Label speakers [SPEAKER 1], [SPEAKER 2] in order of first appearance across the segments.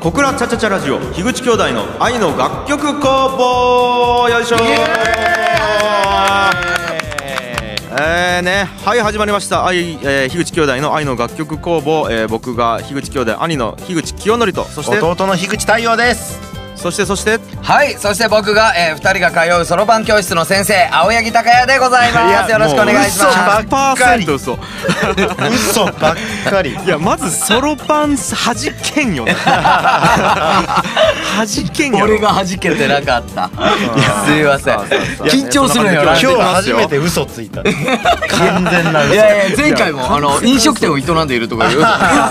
[SPEAKER 1] 小倉チャチャチャラジオ樋口兄弟の愛の楽曲工房よいしょーえーね、はい始まりました愛、えー、樋口兄弟の愛の楽曲工房、えー、僕が樋口兄弟兄の樋口清則とそして
[SPEAKER 2] 弟の樋口太陽です
[SPEAKER 1] そしてそして
[SPEAKER 3] はい、そして僕が、えー、2人が通うそろばん教室の先生青柳孝也でござい
[SPEAKER 2] い
[SPEAKER 3] ま
[SPEAKER 2] や
[SPEAKER 3] すよろしくお願いし
[SPEAKER 2] もう嘘ば
[SPEAKER 3] ま
[SPEAKER 2] っかり
[SPEAKER 1] 100%嘘
[SPEAKER 2] 嘘ばっか り
[SPEAKER 1] いやまずソロパンはじけんよねはじけん
[SPEAKER 3] す
[SPEAKER 1] よ
[SPEAKER 3] 俺が弾けてなかっ たいやすいません緊張するのよ
[SPEAKER 1] い
[SPEAKER 2] 今
[SPEAKER 1] や
[SPEAKER 3] なん
[SPEAKER 2] 日
[SPEAKER 3] か
[SPEAKER 2] 初めて嘘ついた完全な嘘
[SPEAKER 3] いやいや前回 もあの飲食店を営んでいるとかいう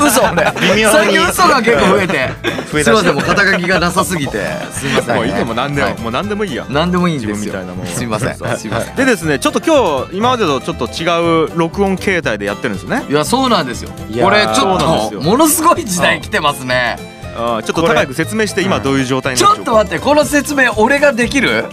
[SPEAKER 3] 嘘俺
[SPEAKER 2] 微妙に
[SPEAKER 3] 最近嘘が結構 増えて
[SPEAKER 2] 増えだ
[SPEAKER 3] すい
[SPEAKER 2] した
[SPEAKER 3] ませんもう肩書きがなさすぎてすいません
[SPEAKER 1] もういいでも何でも、
[SPEAKER 3] はい
[SPEAKER 1] もう何でもいいや
[SPEAKER 3] 何でもいいんです
[SPEAKER 1] 自
[SPEAKER 3] よ
[SPEAKER 1] 分みたいなもん
[SPEAKER 3] すいませんすいません
[SPEAKER 1] でですねちょっと今日今までとちょっと違う録音形態でやってるんですよね
[SPEAKER 3] いやそうなんですよ
[SPEAKER 2] いや
[SPEAKER 3] これちょ
[SPEAKER 1] そうなんで
[SPEAKER 3] っ
[SPEAKER 1] す
[SPEAKER 3] と
[SPEAKER 1] よ
[SPEAKER 3] ものすごい時代来てますね
[SPEAKER 1] あーちょっと高く説明して今どういう状態に
[SPEAKER 3] ち
[SPEAKER 1] な
[SPEAKER 3] ょ
[SPEAKER 1] って
[SPEAKER 3] っ
[SPEAKER 1] る
[SPEAKER 3] と待ってこの説明俺ができる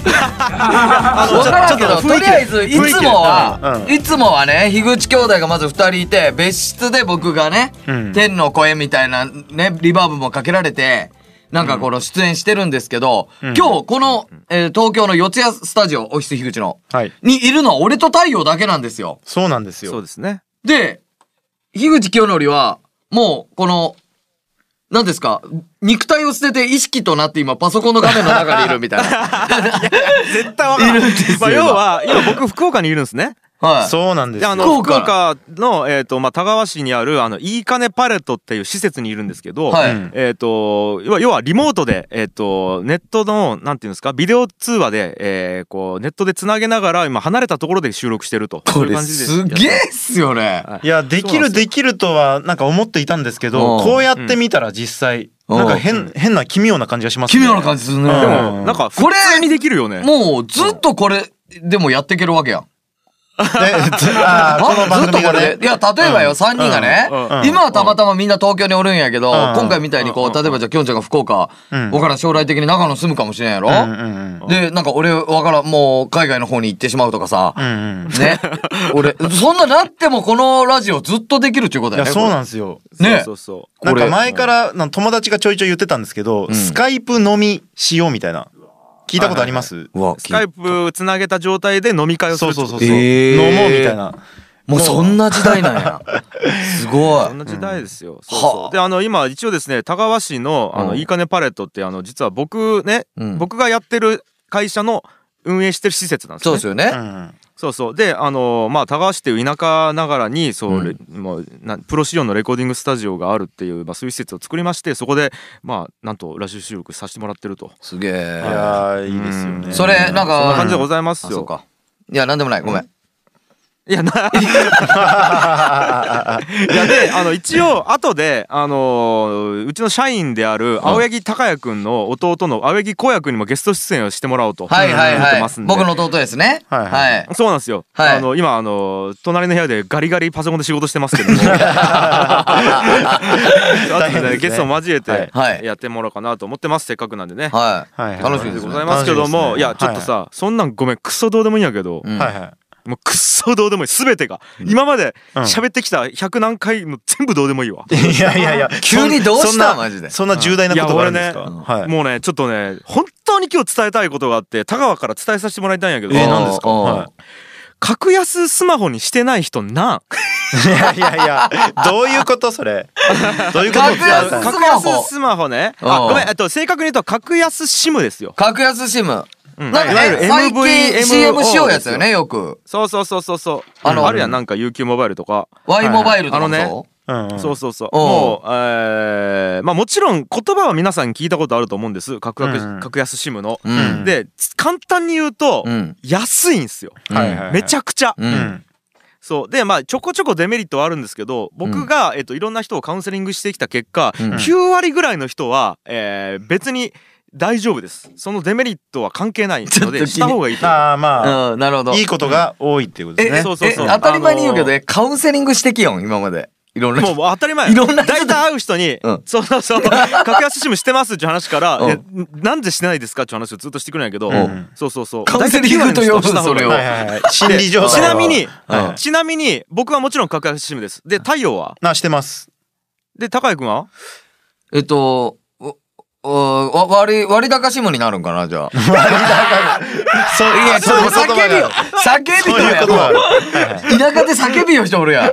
[SPEAKER 1] あ
[SPEAKER 3] 分からんけ
[SPEAKER 1] ちょ
[SPEAKER 3] ど
[SPEAKER 1] っ
[SPEAKER 3] とりあえずいつもは
[SPEAKER 2] 雰囲気
[SPEAKER 3] いつもはね樋口兄弟がまず2人いて別室で僕がね
[SPEAKER 2] うん
[SPEAKER 3] 天の声みたいなねリバーブもかけられてなんかこの出演してるんですけど今日このえー東京の四谷スタジオオフィス樋口の
[SPEAKER 2] はい
[SPEAKER 3] にいるのは俺と太陽だけなんですよ。
[SPEAKER 2] そうなんです
[SPEAKER 1] そう
[SPEAKER 2] よ
[SPEAKER 1] ですね
[SPEAKER 3] で、樋口清則は、もう、この、何ですか、肉体を捨てて意識となって今パソコンの画面の中にいるみたいな。
[SPEAKER 1] 絶対わか
[SPEAKER 3] い
[SPEAKER 1] る
[SPEAKER 3] るんですよ
[SPEAKER 1] まあ要は今僕福岡にいるんですね
[SPEAKER 3] はい。
[SPEAKER 2] そうなんです
[SPEAKER 1] であ
[SPEAKER 2] よ
[SPEAKER 1] の
[SPEAKER 3] 福
[SPEAKER 1] 福
[SPEAKER 3] 岡
[SPEAKER 1] 岡のえっ、とまあ田川市にあるあのいいかねパレットっていう施設にいるんですけど、
[SPEAKER 3] はい
[SPEAKER 2] うん
[SPEAKER 1] えっ、と要は要はリモートでえっ、とネットのなんていうんですかビデオ通話で、えーこうネットでつなげながら今離れたところで収録してると
[SPEAKER 3] こ
[SPEAKER 1] そういう
[SPEAKER 3] れ
[SPEAKER 1] 感じです
[SPEAKER 3] げえっすよね。
[SPEAKER 1] はい
[SPEAKER 2] やでき
[SPEAKER 1] そうなん
[SPEAKER 2] る
[SPEAKER 1] です
[SPEAKER 2] できるとはなんか思っていたんですけど
[SPEAKER 3] うん
[SPEAKER 2] こうやってみたら実際
[SPEAKER 3] うん
[SPEAKER 2] なんか変変な奇妙な感じがします
[SPEAKER 3] 奇妙な感 じするね。
[SPEAKER 1] で
[SPEAKER 2] う
[SPEAKER 1] も
[SPEAKER 2] ん
[SPEAKER 1] なんか普
[SPEAKER 3] これ
[SPEAKER 1] 通にできるよね
[SPEAKER 3] もうずっとこれでもやっていけるわけやん。
[SPEAKER 2] じ あーこの
[SPEAKER 3] ず
[SPEAKER 2] 番
[SPEAKER 3] っと
[SPEAKER 2] 組が
[SPEAKER 3] これ
[SPEAKER 2] ね
[SPEAKER 3] で。いや、例えばよ、3人がね
[SPEAKER 1] うん
[SPEAKER 2] う、ん
[SPEAKER 3] 今はたまたまみんな東京におるんやけど、
[SPEAKER 2] ん
[SPEAKER 3] 今回みたいにこう、例えばじゃあきょんちゃんが福岡、
[SPEAKER 2] うん
[SPEAKER 3] 僕らん将来的に長野住むかもしれんやろ。
[SPEAKER 2] うんうんうん
[SPEAKER 3] で、なんか俺、わからん、もう海外の方に行ってしまうとかさ、
[SPEAKER 2] うんうん
[SPEAKER 3] ね。俺、そんななってもこのラジオずっとできるっていうこと
[SPEAKER 2] い
[SPEAKER 3] だ
[SPEAKER 2] や
[SPEAKER 3] よね。
[SPEAKER 2] そうなんですよ
[SPEAKER 3] ね
[SPEAKER 1] そうそうそう
[SPEAKER 2] なん
[SPEAKER 3] こ
[SPEAKER 2] か
[SPEAKER 3] れ
[SPEAKER 2] 前からなんか友達がちょいちょい言ってたんですけど、
[SPEAKER 3] うん
[SPEAKER 2] スカイプ飲みしようみたいな聞いたことあります、
[SPEAKER 3] うわ、
[SPEAKER 1] スカイプつなげた状態で飲み会をす
[SPEAKER 2] そう
[SPEAKER 1] るって
[SPEAKER 2] そ
[SPEAKER 1] こ
[SPEAKER 2] う
[SPEAKER 1] と
[SPEAKER 2] そうそう、
[SPEAKER 3] えー
[SPEAKER 2] 飲もうみたいな
[SPEAKER 3] もうそんな時代なん や。すごい
[SPEAKER 1] そん。な時代ですよ。そうそう
[SPEAKER 3] はあ
[SPEAKER 1] であの今一応ですね田川市のあ
[SPEAKER 3] う
[SPEAKER 1] の
[SPEAKER 3] ん
[SPEAKER 1] いいかねパレットってあの実は僕ね、
[SPEAKER 3] うん
[SPEAKER 1] 僕がやってる会社の運営してる施設なんです
[SPEAKER 3] そう
[SPEAKER 1] ね。
[SPEAKER 3] ですよね。
[SPEAKER 1] そうそうであのまあ田川市っていう田舎ながらにそう、
[SPEAKER 3] うん
[SPEAKER 1] レもうなプロ仕様のレコーディングスタジオがあるっていうまあそういう施設を作りましてそこでまあなんとラジオ収録させてもらってると。
[SPEAKER 3] すげ
[SPEAKER 2] うん、い
[SPEAKER 3] え。
[SPEAKER 2] やーいいですよ
[SPEAKER 1] う
[SPEAKER 2] ね
[SPEAKER 3] それ、なん
[SPEAKER 1] そんな
[SPEAKER 3] か、
[SPEAKER 1] 感じでございます
[SPEAKER 3] あそう
[SPEAKER 1] よ。
[SPEAKER 3] か。いや、なんでもない。ごめん。
[SPEAKER 1] いやな いやであの一応後であのーうちの社員である青柳孝也くんの弟の青柳孝也くんにもゲスト出演をしてもらおうと思っ
[SPEAKER 3] はい
[SPEAKER 1] て
[SPEAKER 3] はいは
[SPEAKER 1] ま
[SPEAKER 3] い
[SPEAKER 1] す。んで。
[SPEAKER 3] 僕の弟ですね。
[SPEAKER 2] はい
[SPEAKER 3] はい。
[SPEAKER 1] そうなんですよ、
[SPEAKER 3] はい
[SPEAKER 1] あの今あの隣の部屋でガリガリパソコンで仕事してますけ ども
[SPEAKER 2] 大
[SPEAKER 1] 後
[SPEAKER 2] 変で
[SPEAKER 1] で、
[SPEAKER 2] すね
[SPEAKER 1] ゲストを交えて
[SPEAKER 3] はい
[SPEAKER 1] やってもらおうかなと思ってますせっかくなんでね、
[SPEAKER 3] は
[SPEAKER 2] はい
[SPEAKER 3] い。
[SPEAKER 2] はい
[SPEAKER 3] 楽しみ
[SPEAKER 1] で
[SPEAKER 3] です
[SPEAKER 1] ご
[SPEAKER 3] ね。
[SPEAKER 1] ざいますけども、
[SPEAKER 2] 楽しみですね
[SPEAKER 1] いやちょっとさ、そんなんごめんクソどうでもいいんやけど、
[SPEAKER 3] うん
[SPEAKER 2] はいは
[SPEAKER 1] もうクソどうでもいい全てが今まで喋ってきた100何回の全部どうでもいいわ、
[SPEAKER 2] いいやいやいや
[SPEAKER 3] 急にどうした
[SPEAKER 2] そんな
[SPEAKER 3] マジで
[SPEAKER 2] そんな重大ないこ
[SPEAKER 1] や
[SPEAKER 2] とがある
[SPEAKER 1] 俺
[SPEAKER 2] んです
[SPEAKER 1] ね
[SPEAKER 2] か、、はい
[SPEAKER 1] もうねちょっとね本当に今日伝えたいことがあって田川から伝えさせてもらいたいんやけど、
[SPEAKER 2] えー、何ですか
[SPEAKER 3] あー
[SPEAKER 2] は
[SPEAKER 1] 格安スマホにしてない人なん
[SPEAKER 2] いいやいやいやどういうことそれどういうことを伝えたい
[SPEAKER 3] 格安
[SPEAKER 1] 格安スマホねあ
[SPEAKER 3] うん
[SPEAKER 1] ごめんえっと正確に言うと格安 SIM ですよ、
[SPEAKER 3] 格安シム。
[SPEAKER 1] うん
[SPEAKER 3] なん
[SPEAKER 1] いわ
[SPEAKER 3] か
[SPEAKER 1] ゆる
[SPEAKER 3] ね、最
[SPEAKER 1] MVMO
[SPEAKER 3] 近 CM しようやつよね、よく。
[SPEAKER 1] そうそうそうそうそう
[SPEAKER 3] あ
[SPEAKER 1] あ
[SPEAKER 3] の
[SPEAKER 1] のあるやんなんか UQ モバイルとか、
[SPEAKER 3] Y モバイルとかも
[SPEAKER 1] はいはいあ
[SPEAKER 3] そ
[SPEAKER 1] の
[SPEAKER 3] う
[SPEAKER 2] うんうん
[SPEAKER 1] そうそうそう
[SPEAKER 3] うん
[SPEAKER 1] もうえーまあもちろん言葉は皆さん聞いたことあると思うんです格安、
[SPEAKER 2] うん
[SPEAKER 1] 格安 SIM の、
[SPEAKER 3] うん
[SPEAKER 1] で簡単に言うと、
[SPEAKER 3] うん
[SPEAKER 1] 安いんすよ、
[SPEAKER 2] はいはいはい
[SPEAKER 1] めちゃくちゃ、
[SPEAKER 3] う。
[SPEAKER 2] うんん
[SPEAKER 1] そうでまあちょこちょこデメリットはあるんですけど僕が、えっといろんな人をカウンセリングしてきた結果、
[SPEAKER 3] うん
[SPEAKER 1] 9割ぐらいの人は、えー別に大丈夫ですそのデメリットは関係ない
[SPEAKER 3] ち
[SPEAKER 1] の
[SPEAKER 3] ょっと気に
[SPEAKER 1] でした方がいいと
[SPEAKER 2] ああまあ、
[SPEAKER 3] うん、なるほど。
[SPEAKER 2] いいことが多いっていうこと
[SPEAKER 3] え、
[SPEAKER 2] ですね
[SPEAKER 1] そうそうそう
[SPEAKER 3] え当たり前に言うけど、え、カウンセリングしてきよん、今まで。いろんな
[SPEAKER 1] もう
[SPEAKER 3] 人。
[SPEAKER 1] もう当たり前
[SPEAKER 3] いろんな人
[SPEAKER 1] 大体会う人に「
[SPEAKER 3] うん
[SPEAKER 1] そうそうそう 格安シムしてます」っていう話から
[SPEAKER 3] うん
[SPEAKER 1] いや「なんでしてないですか?」っていう話をずっとしてくるんやけど、
[SPEAKER 2] ん
[SPEAKER 1] そうそうそう
[SPEAKER 3] カウンセリングと呼ぶそれを
[SPEAKER 2] はいはいはい心理状態
[SPEAKER 1] ちなみに、
[SPEAKER 3] はい
[SPEAKER 1] ちなみに僕はもちろん格安シムですで太陽は
[SPEAKER 2] なしてます
[SPEAKER 1] で高井君は
[SPEAKER 3] えっと、おうーわ割割高新聞になるんかなじゃあ。
[SPEAKER 2] そう
[SPEAKER 3] いや、ちょっと
[SPEAKER 2] そういう言葉
[SPEAKER 3] 叫びよ
[SPEAKER 2] がある。
[SPEAKER 3] 叫び
[SPEAKER 2] そう
[SPEAKER 3] よ
[SPEAKER 2] いう
[SPEAKER 3] や
[SPEAKER 2] こ
[SPEAKER 3] っ
[SPEAKER 2] とがあ
[SPEAKER 3] ぱ。
[SPEAKER 2] る。はいはい
[SPEAKER 3] 田舎で叫びよしておるや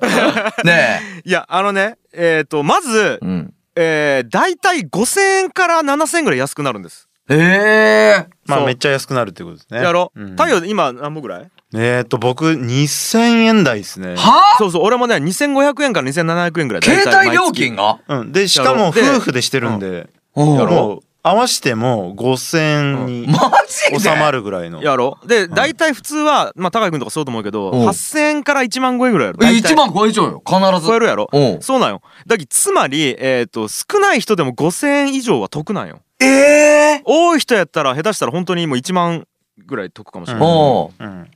[SPEAKER 3] ん。ね
[SPEAKER 1] いやあのねえっ、とまず
[SPEAKER 3] え。う、ん。
[SPEAKER 1] えー、大体5,000円から7,000円ぐらい安くなるんです。
[SPEAKER 3] ええ
[SPEAKER 2] ま
[SPEAKER 1] そ
[SPEAKER 2] あ
[SPEAKER 1] う
[SPEAKER 2] めっちゃ安くなるってことですね。
[SPEAKER 1] やろ、
[SPEAKER 2] うん
[SPEAKER 1] 太陽今何本ぐらい
[SPEAKER 2] えーっと僕2000円台ですね。
[SPEAKER 3] は
[SPEAKER 1] そうそう俺もね2500円から2700円ぐらい大体
[SPEAKER 3] 携帯料
[SPEAKER 1] 毎月
[SPEAKER 3] 金が
[SPEAKER 2] うん。でしかも
[SPEAKER 1] で
[SPEAKER 2] 夫婦でしてるんで、
[SPEAKER 3] や
[SPEAKER 2] もう合わせても5000円に
[SPEAKER 3] マジで
[SPEAKER 2] 収まるぐらいの。
[SPEAKER 1] やろで大体普通はまあ高井君とかそうと思うけど
[SPEAKER 3] うん
[SPEAKER 1] 8,000円から1万超えぐらいやろ
[SPEAKER 3] え
[SPEAKER 1] 大体
[SPEAKER 3] 一万超えちゃうよ。必ず。
[SPEAKER 1] 超えるやろ
[SPEAKER 3] うん。
[SPEAKER 1] そうなんよだきつまりえっ、と少ない人でも5,000円以上は得なんよ
[SPEAKER 3] ええ
[SPEAKER 1] 多い人やったら下手したら本当にもう1万ぐらい得かもしれない、
[SPEAKER 2] ん
[SPEAKER 3] お
[SPEAKER 2] うん。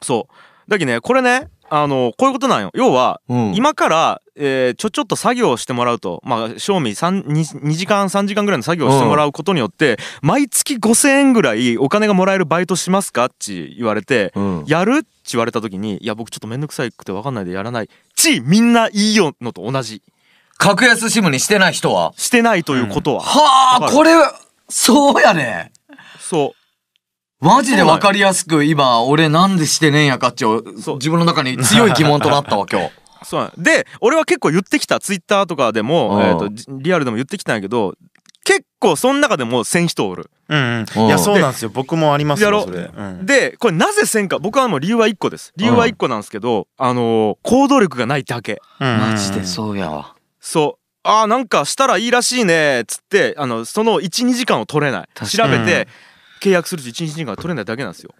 [SPEAKER 1] そうだきねこれねあのこういうことなんよ要は
[SPEAKER 3] うん。
[SPEAKER 1] 今から、えーちょちょっと作業をしてもらうとまあ賞味 2, 2時間3時間ぐらいの作業をしてもらうことによって、毎月5,000円ぐらいお金がもらえるバイトしますかって言われて、
[SPEAKER 3] うん。
[SPEAKER 1] やるって言われた時にいや僕ちょっと面倒くさくて分かんないでやらないちみんないいよのと同じ
[SPEAKER 3] 格安シムにしてない人は
[SPEAKER 1] してないということは、
[SPEAKER 3] は
[SPEAKER 1] わ
[SPEAKER 3] あ、
[SPEAKER 1] かる
[SPEAKER 3] これ、そうやね。
[SPEAKER 1] そ
[SPEAKER 3] マジでわかりやすく今、俺なんでしてねえんやかっちを、
[SPEAKER 1] そう
[SPEAKER 3] 自分の中に強い疑問となったわ、 今日。
[SPEAKER 1] うそうなんで俺は結構言ってきたツイッターとかで
[SPEAKER 3] う
[SPEAKER 1] も、
[SPEAKER 3] ん
[SPEAKER 1] えー、とじリアルでも言ってきたんやけど結構その中でも1000人おる
[SPEAKER 2] うん
[SPEAKER 3] う
[SPEAKER 2] うんん。いやそうなんですよ。僕もあります
[SPEAKER 1] や
[SPEAKER 2] よ
[SPEAKER 1] ろ
[SPEAKER 2] それ。うん。
[SPEAKER 1] でこれなぜ1000か僕はもう理由は1個です理由は1個なんですけど、あのー行動力がないだけ
[SPEAKER 3] マジで
[SPEAKER 2] うん。
[SPEAKER 3] そうやわ。
[SPEAKER 1] そうあーなんかしたらいいらしいねっつってあのその12時間を取れない
[SPEAKER 3] 確
[SPEAKER 1] 調
[SPEAKER 3] か
[SPEAKER 2] に
[SPEAKER 1] べて契約すると12時間が取れないだけなんですよ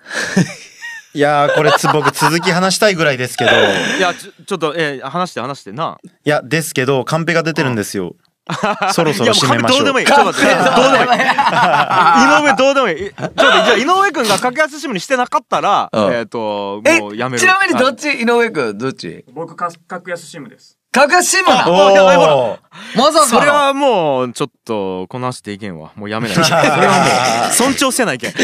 [SPEAKER 2] いやーこれつ僕続き話したいぐらいですけど。
[SPEAKER 1] いやちょちょっと、えー話して話してない
[SPEAKER 2] やですけどカンペが出てるんですよ。 そろそろ締めましょう。
[SPEAKER 1] いやもうカンペどうでもいいちょっと待ってどうでもいい井 上どうでもいいちょっとじゃあ井上くんが格安シムにしてなかったら、
[SPEAKER 3] うん
[SPEAKER 1] えっ、ともうやめ
[SPEAKER 3] え、
[SPEAKER 1] る
[SPEAKER 3] ちなみにどっ
[SPEAKER 1] ち
[SPEAKER 3] ち井上くん、どっち
[SPEAKER 4] 僕か格安シムです
[SPEAKER 3] 格安シムな
[SPEAKER 1] あ
[SPEAKER 3] の
[SPEAKER 1] もうやばいほら
[SPEAKER 2] おー
[SPEAKER 3] まさ
[SPEAKER 1] それ
[SPEAKER 3] か
[SPEAKER 1] はもうちょっとこの話でいけんわもうやめ ないそれはもう尊重せないけん
[SPEAKER 3] の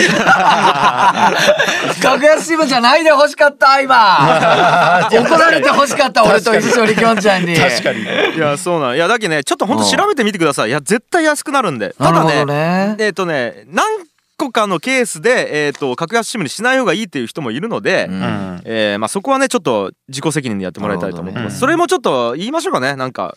[SPEAKER 3] 格安シムじゃないで欲しかっ た、今怒られて欲しかった、俺と一緒にきょんちゃんに。
[SPEAKER 2] 確かに。
[SPEAKER 1] いやそうなんいやだけねちょっとほんと調べてみてくださいいや絶対安くなるんでた
[SPEAKER 3] なる
[SPEAKER 1] だ
[SPEAKER 3] ほ
[SPEAKER 1] ね
[SPEAKER 3] どね。
[SPEAKER 1] えっ、とね何個かのケースで、えー、と格安シムにしない方がいいっていう人もいるので、
[SPEAKER 3] うん
[SPEAKER 2] うん。
[SPEAKER 1] えーまあ、そこはねちょっと自己責任でやってもらいたいと思い
[SPEAKER 2] なるほど
[SPEAKER 1] ます、
[SPEAKER 2] ね
[SPEAKER 1] それもちょっと言いましょうかねなんか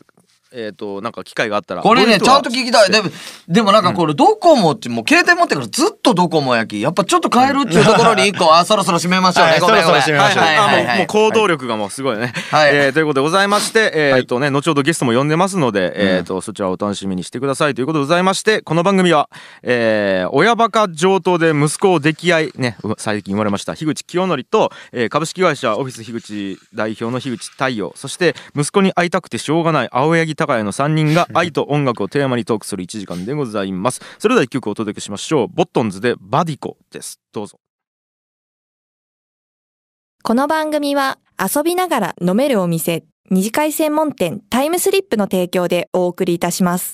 [SPEAKER 1] えっ、となんか機会があったら
[SPEAKER 3] これね、
[SPEAKER 1] こ
[SPEAKER 3] ち
[SPEAKER 1] うい
[SPEAKER 3] ゃ
[SPEAKER 1] うん
[SPEAKER 3] と
[SPEAKER 1] 人は
[SPEAKER 3] 聞きたい。でも、でもなんかこれ、ドコモって、もう携帯持ってからずっとドコモやき、やっぱちょっと変えるっていうところに一個、あ、そろそろ締めましょう
[SPEAKER 2] は
[SPEAKER 3] ね。
[SPEAKER 2] い
[SPEAKER 3] ごめんごめん。
[SPEAKER 2] そろそろ締めま
[SPEAKER 3] はい
[SPEAKER 2] しょう
[SPEAKER 3] はい
[SPEAKER 1] あ
[SPEAKER 3] は
[SPEAKER 1] も
[SPEAKER 3] いうは
[SPEAKER 1] もう
[SPEAKER 3] い。
[SPEAKER 1] 行動力がもうすごいね。
[SPEAKER 3] はい
[SPEAKER 1] えーということでございまして、えーとね、後ほどゲストも呼んでますので、えーとそちらをお楽しみにしてくださいということでございましてこの番組は、えー親バカ上等で息子を溺愛ねう最近生まれました樋口清則と、えー株式会社オフィス樋口代表の樋口太陽そして息子に会いたくてしょうがない青柳高也の3人 が愛と音楽をテーマにトークする1時間でございます。それでは1曲お届けしましょう。ボットンズでバディコです。どうぞ。
[SPEAKER 5] この番組は遊びながら飲めるお店、二次会専門店タイムスリップの提供でお送りいたします。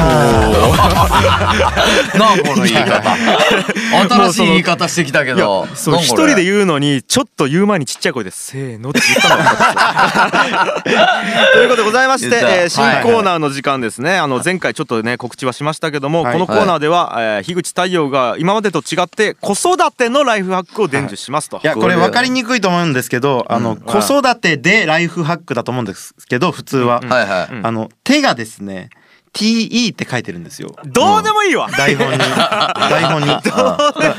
[SPEAKER 3] なんこの言い方。新しい言い方してきたけど。
[SPEAKER 1] そう
[SPEAKER 3] なん
[SPEAKER 1] 一
[SPEAKER 3] これ
[SPEAKER 1] 人で言うのにちょっと言う前にちっちゃい声で「せーの」って言ったのよ ということでございまして、
[SPEAKER 3] 言った
[SPEAKER 1] えー新
[SPEAKER 3] はい
[SPEAKER 1] コーナーの時間ですね、あの前回ちょっとね告知はしましたけども、
[SPEAKER 2] はい
[SPEAKER 1] このコーナーでは、えー樋口太陽が今までと違って子育てのライフハックを伝授しますと、
[SPEAKER 2] いやこれ分かりにくいと思うんですけど、あの子育てでライフハックだと思うんですけど普通は、
[SPEAKER 3] はいはい。
[SPEAKER 2] あの手がですね TE って書いてるんですよ
[SPEAKER 1] どうでもいいわ、
[SPEAKER 2] 台 本に台本に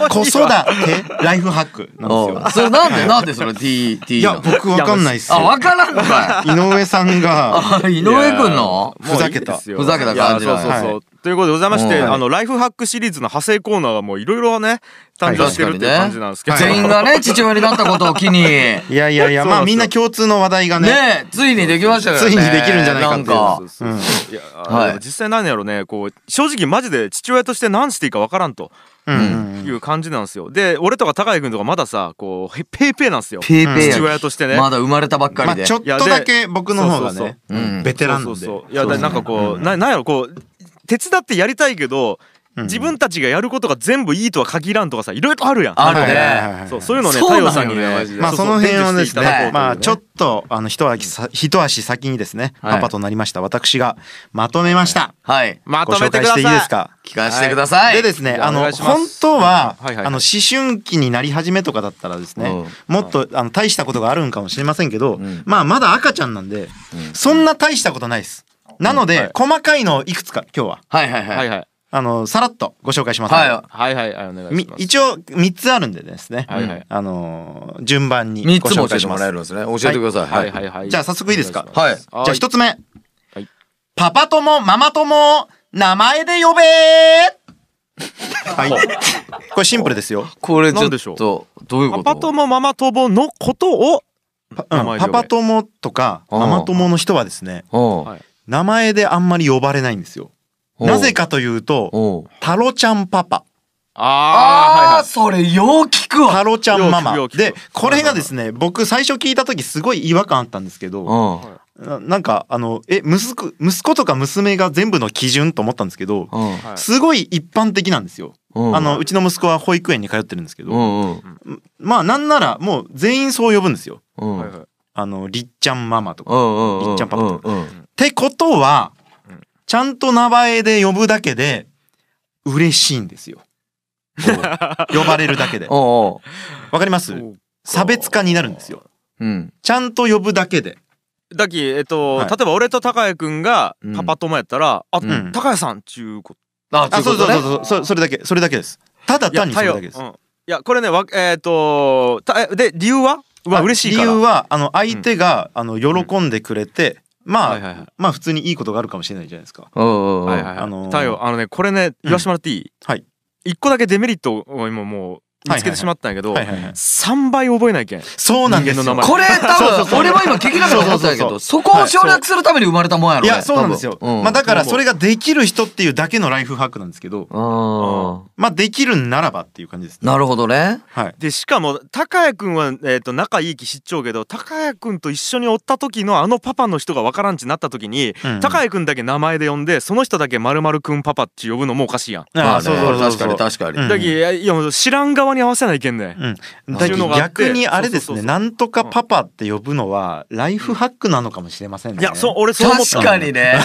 [SPEAKER 2] 子育てライフハックなんです
[SPEAKER 3] お
[SPEAKER 2] よ
[SPEAKER 3] うそれなんでなんでそれ T、
[SPEAKER 2] い
[SPEAKER 3] T
[SPEAKER 2] や
[SPEAKER 3] の。
[SPEAKER 2] 僕分かんないっす
[SPEAKER 3] あ、
[SPEAKER 2] よ
[SPEAKER 3] わからんのかい。
[SPEAKER 2] 井上さんが
[SPEAKER 3] あ、井上くんの
[SPEAKER 2] ふざけた
[SPEAKER 1] もういいですよ
[SPEAKER 3] ふざけた感じ
[SPEAKER 1] いや
[SPEAKER 3] だ
[SPEAKER 1] そうそうそう、ということでございまして、
[SPEAKER 3] うん
[SPEAKER 1] あのライフハックシリーズの派生コーナーがもういろいろね誕生してるっていう感じなんですけど、
[SPEAKER 3] 全員がね、父親になったことを機に、ね
[SPEAKER 6] いやいやいや、
[SPEAKER 1] そうなんですよ
[SPEAKER 6] まあみんな共通の話題がね。
[SPEAKER 3] え、ついにできましたからね。
[SPEAKER 6] ついにできるんじゃないかっていう
[SPEAKER 3] なん
[SPEAKER 1] そうそ
[SPEAKER 3] か、
[SPEAKER 1] うそういや
[SPEAKER 3] はい
[SPEAKER 1] でも実際何やろうねこう正直マジで父親として何していいかわからんと
[SPEAKER 6] うんうん
[SPEAKER 1] いう感じなんですよで俺とか高井君とかまださこうへペーペーなんですよ
[SPEAKER 3] ペーペーや
[SPEAKER 1] 父親としてね
[SPEAKER 3] まだ生まれたばっか
[SPEAKER 6] ま
[SPEAKER 3] り
[SPEAKER 6] あ
[SPEAKER 3] で。
[SPEAKER 6] ちょっとだけ僕の方が
[SPEAKER 1] そうそう
[SPEAKER 6] ね、
[SPEAKER 3] そううん
[SPEAKER 6] ベテランな
[SPEAKER 1] そうん
[SPEAKER 6] で。
[SPEAKER 1] そうそういやだなんかこう、ななんやろこう手伝ってやりたいけど、
[SPEAKER 6] うん
[SPEAKER 1] 自分たちがやることが全部いいとは限らんとかさいろいろあるやん
[SPEAKER 3] ある
[SPEAKER 6] はいはい
[SPEAKER 3] ね。
[SPEAKER 6] はいはい
[SPEAKER 1] そうそういうのね
[SPEAKER 3] そうな
[SPEAKER 1] 太
[SPEAKER 3] んよね
[SPEAKER 1] 陽さんにね
[SPEAKER 3] マジで
[SPEAKER 6] まあその辺をで
[SPEAKER 1] 伝
[SPEAKER 6] す
[SPEAKER 1] 授していただこうとい
[SPEAKER 6] ね
[SPEAKER 1] う、
[SPEAKER 6] まあちょっとあの一足さ一足先にですね、
[SPEAKER 3] はい
[SPEAKER 6] パパとなりました私がまとめました。
[SPEAKER 3] はい。
[SPEAKER 1] ま
[SPEAKER 6] ご
[SPEAKER 1] と
[SPEAKER 6] 紹
[SPEAKER 1] めて
[SPEAKER 6] 介
[SPEAKER 1] くだ
[SPEAKER 6] し
[SPEAKER 1] さ
[SPEAKER 6] て
[SPEAKER 1] い
[SPEAKER 6] いいですか。
[SPEAKER 3] 聞かせてください。
[SPEAKER 6] でですね、
[SPEAKER 1] じゃあ
[SPEAKER 6] あ
[SPEAKER 1] お
[SPEAKER 6] の
[SPEAKER 1] 願いします
[SPEAKER 6] 本当は、
[SPEAKER 1] はいはいはい
[SPEAKER 6] あの思春期になり始めとかだったらですね、
[SPEAKER 3] う
[SPEAKER 6] もっとあの大したことがあるんかもしれませんけど、
[SPEAKER 3] ん
[SPEAKER 6] まあまだ赤ちゃんなんで、そんな大したことないです。なので、
[SPEAKER 1] はい
[SPEAKER 6] 細かいのをいくつか今日は
[SPEAKER 3] はいはいは
[SPEAKER 1] はい
[SPEAKER 3] い。
[SPEAKER 1] はい
[SPEAKER 6] あのさらっとご紹介しますので、
[SPEAKER 3] は
[SPEAKER 1] はいはいはいお願い
[SPEAKER 6] み
[SPEAKER 1] します
[SPEAKER 6] 一応三つあるんでですね、
[SPEAKER 1] はいはい
[SPEAKER 6] あのー順番に
[SPEAKER 3] い。3
[SPEAKER 6] ご
[SPEAKER 3] つ
[SPEAKER 6] 紹
[SPEAKER 3] も教え
[SPEAKER 6] 介
[SPEAKER 3] て
[SPEAKER 6] しま
[SPEAKER 3] も
[SPEAKER 6] す。
[SPEAKER 3] らえるんですね。教えてくださ
[SPEAKER 1] は
[SPEAKER 3] い。
[SPEAKER 1] いはいはい
[SPEAKER 6] じゃあ早速いいですか
[SPEAKER 1] お願します
[SPEAKER 6] じゃあ一つ目、
[SPEAKER 1] はい
[SPEAKER 6] パパともママとも名前で呼べー。はい、 これシンプルですよ。
[SPEAKER 3] これち
[SPEAKER 1] な
[SPEAKER 3] ょ
[SPEAKER 1] んでしょ
[SPEAKER 3] っ
[SPEAKER 1] う
[SPEAKER 3] と、どういうこと
[SPEAKER 1] パパ友ママ友のことを
[SPEAKER 6] パ
[SPEAKER 1] 名
[SPEAKER 6] う
[SPEAKER 1] 前
[SPEAKER 6] ん、
[SPEAKER 1] で呼
[SPEAKER 6] パ
[SPEAKER 1] べ
[SPEAKER 6] パ友とか
[SPEAKER 3] うん
[SPEAKER 6] ママ友の人はですね
[SPEAKER 3] おう
[SPEAKER 1] はい
[SPEAKER 6] 名前であんまり呼ばれないんですよ
[SPEAKER 3] おう
[SPEAKER 6] なぜかというと
[SPEAKER 3] おう
[SPEAKER 6] タロちゃんパパ
[SPEAKER 1] あ
[SPEAKER 3] あー、それよう聞くわ。
[SPEAKER 6] タロちゃんママ
[SPEAKER 1] よくよく
[SPEAKER 6] でこれがですね僕最初聞いた時すごい違和感あったんですけど
[SPEAKER 3] うん
[SPEAKER 6] ななんかあのえ息子息子とか娘が全部の基準と思ったんですけど
[SPEAKER 3] うん
[SPEAKER 1] はい
[SPEAKER 6] すごい一般的なんですよ
[SPEAKER 3] うん。
[SPEAKER 6] あのうちの息子は保育園に通ってるんですけ
[SPEAKER 3] う
[SPEAKER 6] ど
[SPEAKER 3] んうん
[SPEAKER 6] まあなんならもう全員そう呼ぶんですよ
[SPEAKER 3] うん。
[SPEAKER 1] はいはいはい
[SPEAKER 6] あのりっちゃんママとか
[SPEAKER 3] うんうん。
[SPEAKER 6] りっちゃんパパと
[SPEAKER 3] うん
[SPEAKER 6] ってことは
[SPEAKER 1] うん、
[SPEAKER 6] ちゃんと名前で呼ぶだけで、嬉しいんですよ。 呼ばれるだけで。わ
[SPEAKER 3] おうお
[SPEAKER 6] かります
[SPEAKER 1] そうか
[SPEAKER 6] 差別化になるんですよ。
[SPEAKER 3] う。うん。
[SPEAKER 6] ちゃんと呼ぶだけで。
[SPEAKER 1] だきえっと、
[SPEAKER 6] はい
[SPEAKER 1] 例えば俺と高谷くんが
[SPEAKER 3] うん
[SPEAKER 1] パパ友やったら、
[SPEAKER 3] う
[SPEAKER 1] あ、
[SPEAKER 6] ん
[SPEAKER 1] 高谷さんっちゅうこと
[SPEAKER 3] あ
[SPEAKER 6] あ、そうそう
[SPEAKER 3] ね
[SPEAKER 6] そうそう、そそれだけ、それだけです。ただ
[SPEAKER 1] いや
[SPEAKER 6] 単にそれ
[SPEAKER 1] 太陽
[SPEAKER 6] だけです
[SPEAKER 1] う。んいやこれねわえっ、とたえで理由はうわ
[SPEAKER 6] あ
[SPEAKER 1] 嬉しいから
[SPEAKER 6] 理由は、あの、相手が、あの、喜んでくれて、ま
[SPEAKER 1] はいはいはい
[SPEAKER 6] あ、まあ、普通にいいことがあるかもしれないじゃないですか。
[SPEAKER 3] うんうんうん。
[SPEAKER 1] はいはいはい、
[SPEAKER 6] あのー
[SPEAKER 1] 太陽あのねこれね言わしてもらっていい、
[SPEAKER 6] はい
[SPEAKER 1] 一個だけデメリットを今もう見つけてしまったんやけど、
[SPEAKER 6] はいはいはい。
[SPEAKER 1] 三倍覚えないけん
[SPEAKER 6] そうなんですよ。
[SPEAKER 1] 人間の名前
[SPEAKER 3] これ多分、俺も今聞きながら思ってたけど、そこを省略するために生まれたもんやろ
[SPEAKER 6] い
[SPEAKER 3] ね。
[SPEAKER 6] や、そうなんですよ。
[SPEAKER 3] 多分うん
[SPEAKER 6] まあ、だから、それができる人っていうだけのライフハックなんですけど、
[SPEAKER 3] あ
[SPEAKER 6] まあ、できるんならばっていう感じです
[SPEAKER 3] ー
[SPEAKER 6] ね。
[SPEAKER 3] なるほどね。
[SPEAKER 6] はい。
[SPEAKER 1] でしかも高谷くんは、えー、と仲いい気知っちょうけど高谷くんと一緒におった時のあのパパの人がわからんちなった時に、
[SPEAKER 6] うん
[SPEAKER 1] 高谷くんだけ名前で呼んでその人だけまるくんパパっち呼ぶのもおかしいやん。
[SPEAKER 6] あ
[SPEAKER 3] ま
[SPEAKER 6] あ、
[SPEAKER 3] ね
[SPEAKER 6] そうそうそうそう
[SPEAKER 3] 確かに確か
[SPEAKER 6] うん
[SPEAKER 3] に。
[SPEAKER 1] だきいやいやもう知らん側に合わせないけんね。
[SPEAKER 6] うん、だけど逆にあれです
[SPEAKER 1] そうそうそうそ
[SPEAKER 6] ね、
[SPEAKER 1] う
[SPEAKER 6] なんとかパパって呼ぶのはライフハックなのかもしれませんね。
[SPEAKER 1] いやそう俺そう思っ
[SPEAKER 3] 確
[SPEAKER 1] た。
[SPEAKER 3] かに ね。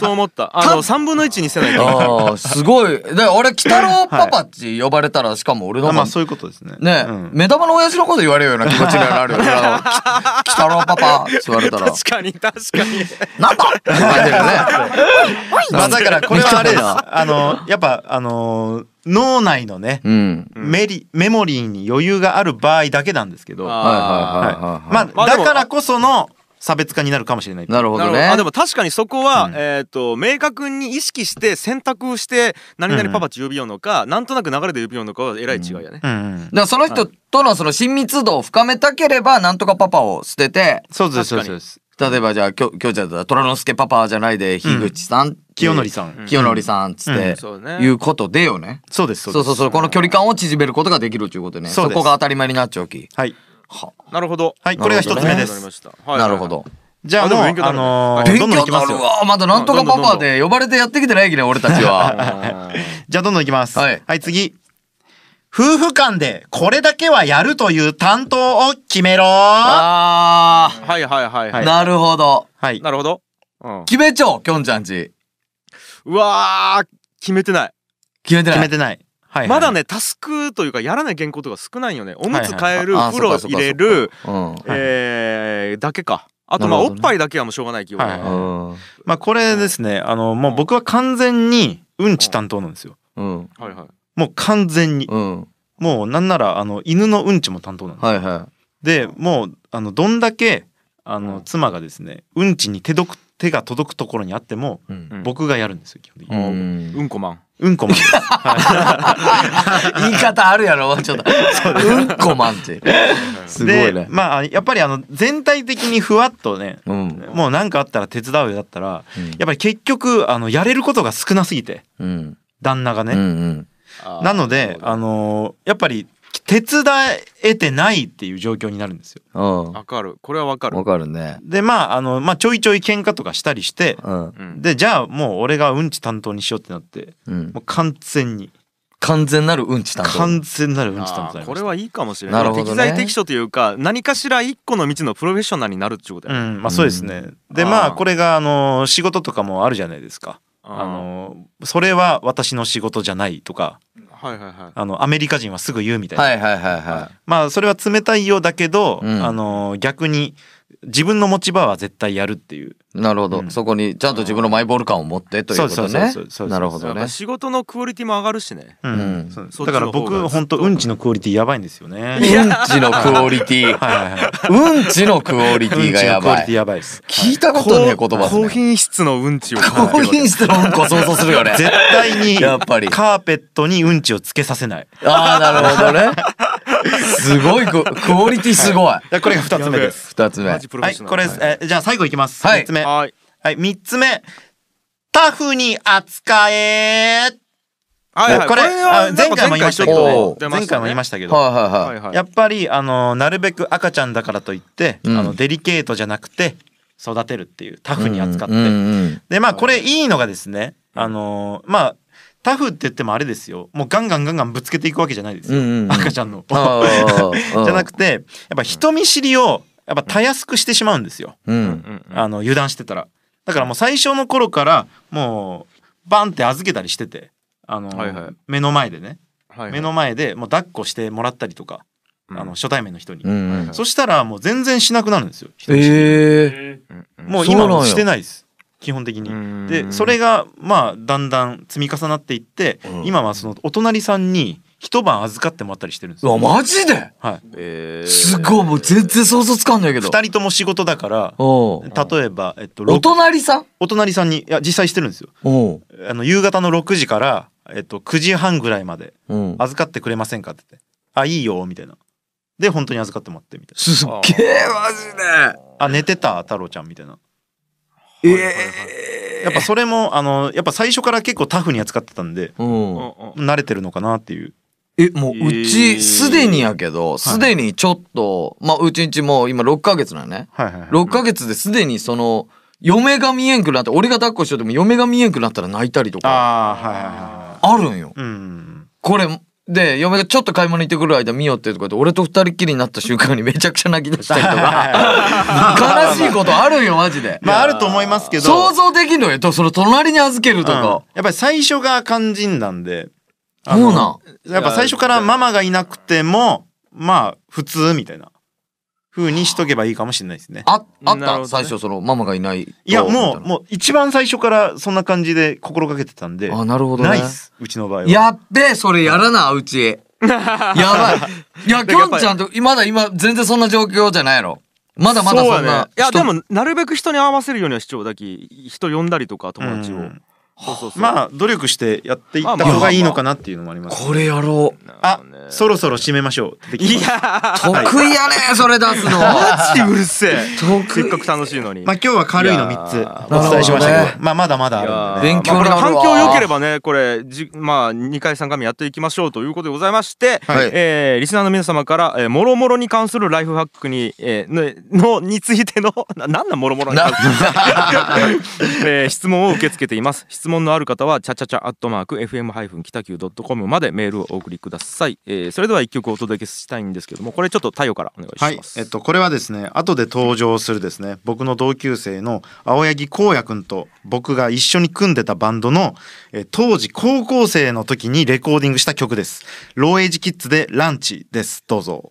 [SPEAKER 1] そう思った。あの三分の一にせないと。
[SPEAKER 3] ああ、すごい。で、俺、鬼太郎パパっち呼ばれたら、しかも俺の
[SPEAKER 6] あま
[SPEAKER 3] も
[SPEAKER 6] あ、そういうことですね。
[SPEAKER 3] ね、
[SPEAKER 6] うん
[SPEAKER 3] 目玉の親父のこと言われるような気持ちになるよね。あのき鬼太郎パパって言われたら、
[SPEAKER 1] 確かに確かに。
[SPEAKER 3] なんだって言われてるね。
[SPEAKER 6] まあだからこれはあれです。
[SPEAKER 3] めっち ゃ
[SPEAKER 6] あの、やっぱあの、脳内のね、
[SPEAKER 3] うん。
[SPEAKER 1] うん
[SPEAKER 6] メリ、メモリーに余裕がある場合だけなんですけど、は
[SPEAKER 1] あー
[SPEAKER 6] い
[SPEAKER 3] はいはいはいはい。
[SPEAKER 6] ま
[SPEAKER 1] まあ
[SPEAKER 6] あ、
[SPEAKER 1] でも
[SPEAKER 6] だからこその差別化になるかもしれない。
[SPEAKER 3] なるほ
[SPEAKER 1] なるほ
[SPEAKER 3] ど
[SPEAKER 1] ど
[SPEAKER 3] ね。
[SPEAKER 1] あでも確かにそこは、
[SPEAKER 6] うん
[SPEAKER 1] えっ、と明確に意識して選択して何々パパって呼びようのか、なんとなく流れで呼びようのかはえらい違いやね。
[SPEAKER 6] うん。
[SPEAKER 3] だからその人とのその親密度を深めたければ、なんとかパパを捨てて、
[SPEAKER 6] そうです、そうですそうです。
[SPEAKER 3] 例えばじゃあ、きょ、きょうちゃんだったら、虎之助パパじゃないで、樋口さん。
[SPEAKER 6] 清則さん。
[SPEAKER 3] 清則さんっつって、
[SPEAKER 1] そうね
[SPEAKER 3] いうことでよね。
[SPEAKER 6] そうです、
[SPEAKER 3] そう
[SPEAKER 6] です
[SPEAKER 3] そうそう、この距離感を縮めることができるということね。
[SPEAKER 6] そう
[SPEAKER 3] そ
[SPEAKER 6] です
[SPEAKER 3] こが当たり前になっちゃうき。
[SPEAKER 6] はい。
[SPEAKER 1] なるほど。
[SPEAKER 6] はい、これが一つ目で。
[SPEAKER 1] わかりますした。
[SPEAKER 3] なるほ ど。。
[SPEAKER 6] じゃあ
[SPEAKER 1] あで
[SPEAKER 6] もう、
[SPEAKER 1] も勉強にな
[SPEAKER 6] あ
[SPEAKER 1] る
[SPEAKER 6] のー、
[SPEAKER 3] 勉
[SPEAKER 6] ど
[SPEAKER 3] 強
[SPEAKER 6] ん
[SPEAKER 3] に
[SPEAKER 6] どんいきま
[SPEAKER 3] な
[SPEAKER 6] す
[SPEAKER 3] る
[SPEAKER 6] よ。
[SPEAKER 3] わ。まだなんとかパパで呼ばれてやってきてないきね、俺たち は。
[SPEAKER 6] じゃあどんどんいきます。
[SPEAKER 3] は
[SPEAKER 6] はいい、次。夫婦間でこれだけはやるという担当を決めろは
[SPEAKER 3] あ
[SPEAKER 1] はいはいはいは
[SPEAKER 3] あ、
[SPEAKER 1] い。
[SPEAKER 3] なるほど。
[SPEAKER 6] い。
[SPEAKER 1] なるほど。うん、
[SPEAKER 3] 決めちょう、きょんちゃんち。
[SPEAKER 1] うわー決めてない、
[SPEAKER 3] 決めて
[SPEAKER 6] 決
[SPEAKER 3] な
[SPEAKER 6] め
[SPEAKER 3] い。
[SPEAKER 6] てない。はい、
[SPEAKER 1] まだ
[SPEAKER 6] ね。
[SPEAKER 1] ねタスクというかやらない原稿とか少ないよねおむつ
[SPEAKER 6] はい
[SPEAKER 1] 変える、
[SPEAKER 3] あ
[SPEAKER 1] 風呂入れる、。
[SPEAKER 3] そっかそっかそっか
[SPEAKER 1] えー、だけかあとまあ、
[SPEAKER 3] な
[SPEAKER 1] お
[SPEAKER 3] るほど
[SPEAKER 1] っ
[SPEAKER 3] ね
[SPEAKER 1] ぱいだけはもうしょうがない気は、
[SPEAKER 6] はい
[SPEAKER 1] ね
[SPEAKER 3] うん。うん
[SPEAKER 6] まあこれですね、あの、もう僕は完全にうんち担当なんですよ。
[SPEAKER 3] うん。
[SPEAKER 1] はいはい
[SPEAKER 6] もう完全に。
[SPEAKER 3] うん。
[SPEAKER 6] もうなんなら、あの、犬のうんちも担当なんです。
[SPEAKER 3] はいはい。
[SPEAKER 6] で、もう、あの、どんだけ、あの、妻がですね、うんちに手どく、手が届くところにあっても、
[SPEAKER 1] ん
[SPEAKER 6] 僕がやるんですよ基本的
[SPEAKER 1] う
[SPEAKER 6] に、
[SPEAKER 1] んうんこマン
[SPEAKER 6] うんこまでです
[SPEAKER 3] 言い方あるやろ、ちょっと。うんこまん って。 すごい
[SPEAKER 6] で
[SPEAKER 3] ね。
[SPEAKER 6] まあやっぱりあの全体的にふわっとね、
[SPEAKER 3] うん。
[SPEAKER 6] もう何かあったら手伝うよだったら、やっぱり結局あのやれることが少なすぎて
[SPEAKER 3] うん。
[SPEAKER 6] 旦那がね、
[SPEAKER 3] うんうん。
[SPEAKER 6] なのであのーやっぱり手伝えてないっていう状況になるんですよ。
[SPEAKER 3] うん。
[SPEAKER 1] わかるこれはわかる
[SPEAKER 3] わかるね。
[SPEAKER 6] でまああの、まあ、ちょいちょい喧嘩とかしたりして、
[SPEAKER 3] うん。
[SPEAKER 1] うん
[SPEAKER 6] でじゃあもう俺がうんち担当にしようってなって
[SPEAKER 3] うん
[SPEAKER 6] も。う完全に
[SPEAKER 3] 完全なるうんち担当。
[SPEAKER 6] 完全なるうんち担
[SPEAKER 1] あ
[SPEAKER 6] 当
[SPEAKER 1] ー
[SPEAKER 6] になり
[SPEAKER 1] これ
[SPEAKER 6] ました。
[SPEAKER 1] はいいかもしれ
[SPEAKER 3] な
[SPEAKER 1] な
[SPEAKER 3] る
[SPEAKER 1] い
[SPEAKER 3] ほど
[SPEAKER 1] 適
[SPEAKER 3] ね
[SPEAKER 1] 材適所というか何かしら一個の道のプロフェッショナルになるってこと
[SPEAKER 6] う
[SPEAKER 1] だよね
[SPEAKER 6] んまあ、そうですね、で
[SPEAKER 1] あー
[SPEAKER 6] まあこれがあのー仕事とかもあるじゃないですかあのーそれは私の仕事じゃないとか
[SPEAKER 1] ーはいはいはい
[SPEAKER 6] あのアメリカ人はすぐ言うみたいな、
[SPEAKER 3] はいはいはいは
[SPEAKER 6] まあそれは冷たいようだけど、
[SPEAKER 3] うん
[SPEAKER 6] あのー逆に自分の持ち場は絶対やるっていう
[SPEAKER 3] い。なるほど、
[SPEAKER 6] うん
[SPEAKER 3] そこにちゃんと自分のマイボール感を持ってということ
[SPEAKER 6] そうそうそう
[SPEAKER 3] ね
[SPEAKER 6] そうそうそう。
[SPEAKER 3] なるほど
[SPEAKER 1] やっぱ
[SPEAKER 3] ね。
[SPEAKER 1] 仕事のクオリティも上がるしね
[SPEAKER 6] うん
[SPEAKER 3] うん
[SPEAKER 6] そう
[SPEAKER 1] そっち
[SPEAKER 6] だから
[SPEAKER 1] の方が
[SPEAKER 6] 僕本当うんちのクオリティやばいんですよね。
[SPEAKER 3] うんちのクオリティ。
[SPEAKER 6] はいはいはい。
[SPEAKER 3] うんちのクオリテ
[SPEAKER 6] うん
[SPEAKER 3] ィが
[SPEAKER 6] ちの
[SPEAKER 3] や
[SPEAKER 6] クオ
[SPEAKER 3] ば
[SPEAKER 6] リティ
[SPEAKER 3] い。
[SPEAKER 6] やばいです。
[SPEAKER 3] 聞いたことねえ言葉です
[SPEAKER 1] 高
[SPEAKER 3] ね。
[SPEAKER 1] 品質のうんちを
[SPEAKER 3] 高品質のうんこ想像するよね。
[SPEAKER 6] 絶対に
[SPEAKER 3] やっぱり
[SPEAKER 6] カーペットにうんちをつけさせない。
[SPEAKER 3] ああ、なるほどね。すごいク、クオリティすごい。
[SPEAKER 6] いやこれが二つ目です。
[SPEAKER 3] 二つ目。
[SPEAKER 1] マジプロフ
[SPEAKER 6] は
[SPEAKER 1] ェッ
[SPEAKER 6] い
[SPEAKER 1] ショナ
[SPEAKER 6] こ
[SPEAKER 1] ル
[SPEAKER 6] れ、えじゃあ最後いきます。
[SPEAKER 3] はい
[SPEAKER 6] 三つ目。は
[SPEAKER 1] はい
[SPEAKER 6] い三つ目。タフに扱え。
[SPEAKER 1] はいはい
[SPEAKER 6] これ
[SPEAKER 1] は
[SPEAKER 6] あ前回も言いましたけ
[SPEAKER 3] お
[SPEAKER 6] ど
[SPEAKER 3] ー、
[SPEAKER 6] 前回も言いましたけど、
[SPEAKER 3] はいはいはい。
[SPEAKER 1] はい
[SPEAKER 6] やっぱりあのなるべく赤ちゃんだからといって、
[SPEAKER 3] うん
[SPEAKER 6] あのデリケートじゃなくて育てるっていうタフに扱って。
[SPEAKER 3] うんうん
[SPEAKER 6] でまあこれいいのがですね、あのーまあタフって言ってもあれですよもうガンガンガンガンぶつけていくわけじゃないです
[SPEAKER 3] うん
[SPEAKER 6] よ、
[SPEAKER 3] うんうん
[SPEAKER 6] 赤ちゃんの。じ
[SPEAKER 3] あー
[SPEAKER 6] ゃなくてやっぱ人見知りをやっぱたやすくしてしまうんですよ、
[SPEAKER 3] うん。
[SPEAKER 6] あの油断してたら。だからもう最初の頃からもうバンって預けたりしてて、あのー
[SPEAKER 1] はいはい
[SPEAKER 6] 目の前でね
[SPEAKER 1] はい
[SPEAKER 6] 目の前でもう抱っこしてもらったりとか、あの初対面の人に、
[SPEAKER 3] うんうん
[SPEAKER 6] そしたらもう全然しなくなるんですよ。人見知り
[SPEAKER 3] ええ。
[SPEAKER 4] え
[SPEAKER 6] もう今
[SPEAKER 3] そうなん
[SPEAKER 6] も
[SPEAKER 3] や
[SPEAKER 6] してないです基本的
[SPEAKER 1] う
[SPEAKER 6] に
[SPEAKER 1] ん
[SPEAKER 6] でそれがまあだんだん積み重なっていって、今はそのお隣さんに一晩預かってもらったりしてるんです
[SPEAKER 3] うわ、
[SPEAKER 6] よ、
[SPEAKER 3] マジで
[SPEAKER 6] はい、
[SPEAKER 3] すごい、もう全然想像つかんないけど。
[SPEAKER 6] 2人とも仕事だから
[SPEAKER 3] おう
[SPEAKER 6] 例えば、えっと、
[SPEAKER 3] お
[SPEAKER 6] ろく
[SPEAKER 3] 隣さん
[SPEAKER 6] お隣さんにいや実際してるんですよ
[SPEAKER 3] おう
[SPEAKER 6] あの夕方の6時から、えっと、9時半ぐらいまで
[SPEAKER 3] うん。
[SPEAKER 6] 預かってくれませんかって言って「あいいよ」みたいなで本当に預かってもらってみたい
[SPEAKER 3] すっげえ、マ
[SPEAKER 6] な「あ寝てた太郎ちゃん」みたいな
[SPEAKER 3] ジで。ええ。
[SPEAKER 6] やっぱそれもあのやっぱ最初から結構タフに扱ってたんで
[SPEAKER 3] うん。
[SPEAKER 6] 慣れてるのかなっていう
[SPEAKER 3] え、もううち、すでにやけど、すでにちょっと、まあ、うちんちもう今6ヶ月なのね。
[SPEAKER 6] はいはいはい
[SPEAKER 3] 6ヶ月ですでにその、嫁が見えんくなって、俺が抱っこしてても嫁が見えんくなったら泣いたりとか、
[SPEAKER 6] ああはいはいは
[SPEAKER 3] あるんよ。
[SPEAKER 6] いうん
[SPEAKER 3] これ、で、嫁がちょっと買い物行ってくる間見よってとか言って、俺と二人っきりになった瞬間にめちゃくちゃ泣き出したりとか、 悲しいことあるんよ、マジで。
[SPEAKER 6] まああると思いますけど
[SPEAKER 3] 想像できんのよ、とその隣に預けると
[SPEAKER 6] うん
[SPEAKER 3] か。
[SPEAKER 6] やっぱり最初が肝心なんであ
[SPEAKER 3] そ
[SPEAKER 6] の
[SPEAKER 3] うなん。
[SPEAKER 6] やっぱ最初からママがいなくてもまあ普通みたいな風にしとけばいいかもしれないですね
[SPEAKER 3] あ、あ
[SPEAKER 1] なる
[SPEAKER 3] っ
[SPEAKER 1] ほ
[SPEAKER 3] た、
[SPEAKER 1] どね
[SPEAKER 3] 最初その、ママがいないと。
[SPEAKER 6] いやもう
[SPEAKER 3] み
[SPEAKER 6] もう一番最初からそんな感じで心がけてたん
[SPEAKER 3] た
[SPEAKER 6] で
[SPEAKER 3] いなあ、なるほどね。
[SPEAKER 6] ないっすうちの場合は
[SPEAKER 3] やっべえ、それやらな、うち。やばい。いや、きょんちゃんと、まだ今、全然そんな状況じゃないやろ。まだまだ
[SPEAKER 1] そう
[SPEAKER 3] そ
[SPEAKER 1] や
[SPEAKER 3] ん
[SPEAKER 1] ね
[SPEAKER 3] な。
[SPEAKER 1] いやで、もなるべく人に合わせるようには主張だき人呼んだりとか友達を
[SPEAKER 6] うん
[SPEAKER 1] そうそうそう
[SPEAKER 6] まあ努力してやっていった方がいいのかなっていうのもあります
[SPEAKER 3] これやろう。
[SPEAKER 6] あそろそろ締めましょういや
[SPEAKER 3] 得意やねそれ出すの。
[SPEAKER 1] マジうるせえ
[SPEAKER 3] 遠く
[SPEAKER 1] せっかく楽しいのに
[SPEAKER 6] まあ今日は軽いの3つ
[SPEAKER 1] いや
[SPEAKER 6] お伝えしました
[SPEAKER 3] なる
[SPEAKER 6] け
[SPEAKER 3] ほ
[SPEAKER 6] どまあまだまだあるんでね
[SPEAKER 3] 勉強になる
[SPEAKER 1] ま
[SPEAKER 3] わ
[SPEAKER 1] あこれ反響良ければねこれじまあ2回3回目やっていきましょうということでございまして、
[SPEAKER 3] はい
[SPEAKER 1] えーリスナーの皆様から、えー、もろもろに関するライフハックに、えーののについての ななんなんもろもろに関する、 えー質問を受け付けています質問のある方はチャチャチャアットマーク FM- 北九 .com までメールをお送りください、えーそれでは一曲お届けしたいんですけどもこれちょっと太陽からお願い
[SPEAKER 6] はい
[SPEAKER 1] します、
[SPEAKER 6] えっとこれはですね後で登場するですね僕の同級生の青柳光也くんと僕が一緒に組んでたバンドのえ当時高校生の時にレコーディングした曲ですローエイジキッズでランチですどうぞ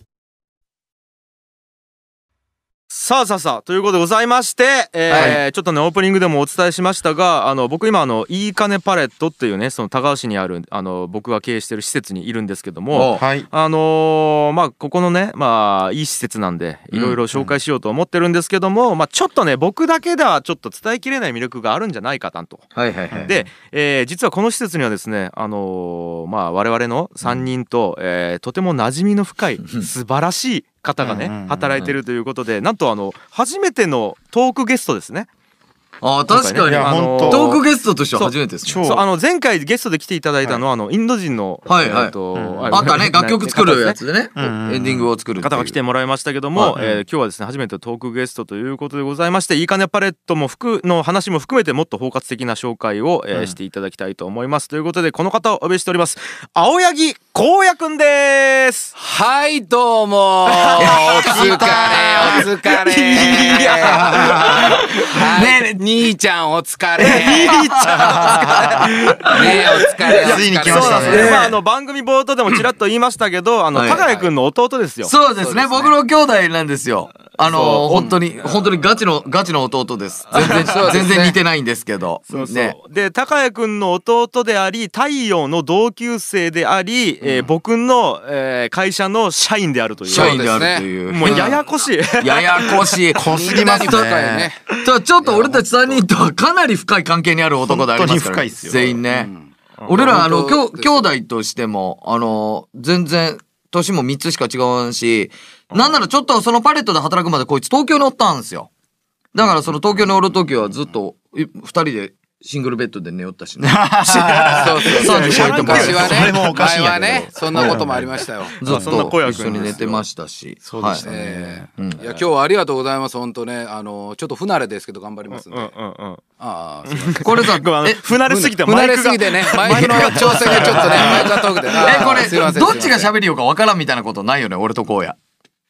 [SPEAKER 1] さあさあさあということでございまして、えーちょっとねオープニングでもお伝えしましたがあの僕今あのいい金パレットっていうねその高橋にあるあの僕が経営してる施設にいるんですけども
[SPEAKER 3] お
[SPEAKER 6] はい。
[SPEAKER 1] あのーまあここのねまあいい施設なんでいろいろ紹介しようと思ってるんですけども、まあちょっとね僕だけではちょっと伝えきれない魅力があるんじゃないかなと。
[SPEAKER 3] はいはいはい。
[SPEAKER 1] で、えー実はこの施設にはですね、あのーまあ、我々の3人と、えーとても馴染みの深い素晴らしい方がね、
[SPEAKER 6] うんうんうんうん
[SPEAKER 1] 働いてるということでなんとあの初めてのトークゲストですね。
[SPEAKER 3] ああ、確か
[SPEAKER 1] 今回ね
[SPEAKER 3] に。
[SPEAKER 6] いや
[SPEAKER 1] あの
[SPEAKER 6] 本当
[SPEAKER 3] トークゲストとしては初めてですね。
[SPEAKER 6] 超
[SPEAKER 1] そうあの前回ゲストで来ていただいたのは、あのインド人の、
[SPEAKER 3] はいはい
[SPEAKER 1] ーと
[SPEAKER 6] うん
[SPEAKER 1] れ
[SPEAKER 3] あったね、楽曲作るやつでね、
[SPEAKER 6] うんうんうん
[SPEAKER 3] エンディングを作るっていう
[SPEAKER 1] 方が来てもらいましたけども、
[SPEAKER 3] はい
[SPEAKER 1] えー今日はですね初めてのトークゲストということでございましていいかねパレットも含の話も含めてもっと包括的な紹介を、えーしていただきたいと思いますということでこの方をお呼びしております青柳光也くんです
[SPEAKER 7] はい、どうも。お疲れ、お疲れ。 はい、兄ちゃん、お疲れ。兄ちゃん、お疲れ。ねえ、お疲れ。お疲れ
[SPEAKER 6] ついに来ましたね
[SPEAKER 1] そうなんですねまあ、あの番組冒頭でもちらっと言いましたけどあの
[SPEAKER 3] はい
[SPEAKER 1] 加賀谷くんの弟ですよ
[SPEAKER 3] そうですね僕の兄弟なんですよ。あの
[SPEAKER 1] そう
[SPEAKER 3] 本当に本当にガチのガチの弟です。全然
[SPEAKER 7] そうですね
[SPEAKER 3] 全然似てないんですけど。
[SPEAKER 1] そうそう
[SPEAKER 3] ね。
[SPEAKER 1] で高谷くんの弟であり太陽の同級生であり、えー僕の、えー会社の社員であるという
[SPEAKER 3] 社員であるという。
[SPEAKER 1] もうややこしい
[SPEAKER 3] ややこしい。
[SPEAKER 6] 濃すぎます
[SPEAKER 7] みんなに深い
[SPEAKER 6] ね。
[SPEAKER 3] じゃあちょっと俺たち3人とはかなり深い関係にある男でありますから
[SPEAKER 6] 本当に深いっすよ
[SPEAKER 3] 全員ね、俺らあのきょ兄弟としてもあの全然年も3つしか違うし、なんならちょっとそのパレットで働くまでこいつ東京におったんですよだからその東京におる時はずっと2人でシングルベッドで寝よったし ね
[SPEAKER 7] そうそう
[SPEAKER 3] そう
[SPEAKER 7] そう。昔は
[SPEAKER 6] それ
[SPEAKER 7] ね、
[SPEAKER 6] もおかしいんや
[SPEAKER 7] 前
[SPEAKER 6] けど
[SPEAKER 7] はね、そんなこともありましたよ。
[SPEAKER 3] ずっ
[SPEAKER 1] そんな
[SPEAKER 3] と
[SPEAKER 1] 小屋
[SPEAKER 3] 一緒
[SPEAKER 1] 君ですよ
[SPEAKER 3] に寝てましたし
[SPEAKER 6] そうでしたね
[SPEAKER 7] ええいや今日はありがとうございます本当ねあのちょっと不慣れですけど頑張りますんで、
[SPEAKER 1] うんうんうん
[SPEAKER 7] ああすいません
[SPEAKER 3] はいこれ さ
[SPEAKER 1] ごめんあの
[SPEAKER 3] え
[SPEAKER 1] 不慣れすぎて
[SPEAKER 7] 不
[SPEAKER 1] マ
[SPEAKER 7] 慣
[SPEAKER 1] イ
[SPEAKER 7] れ
[SPEAKER 1] ク
[SPEAKER 7] す
[SPEAKER 1] が
[SPEAKER 7] ぎてねマイクの調整がちょっとねマイクが遠くて
[SPEAKER 3] えこれ
[SPEAKER 7] すいません
[SPEAKER 3] どっちが
[SPEAKER 7] すいま
[SPEAKER 3] 喋りようかわからんみたいなことないよね俺とこうや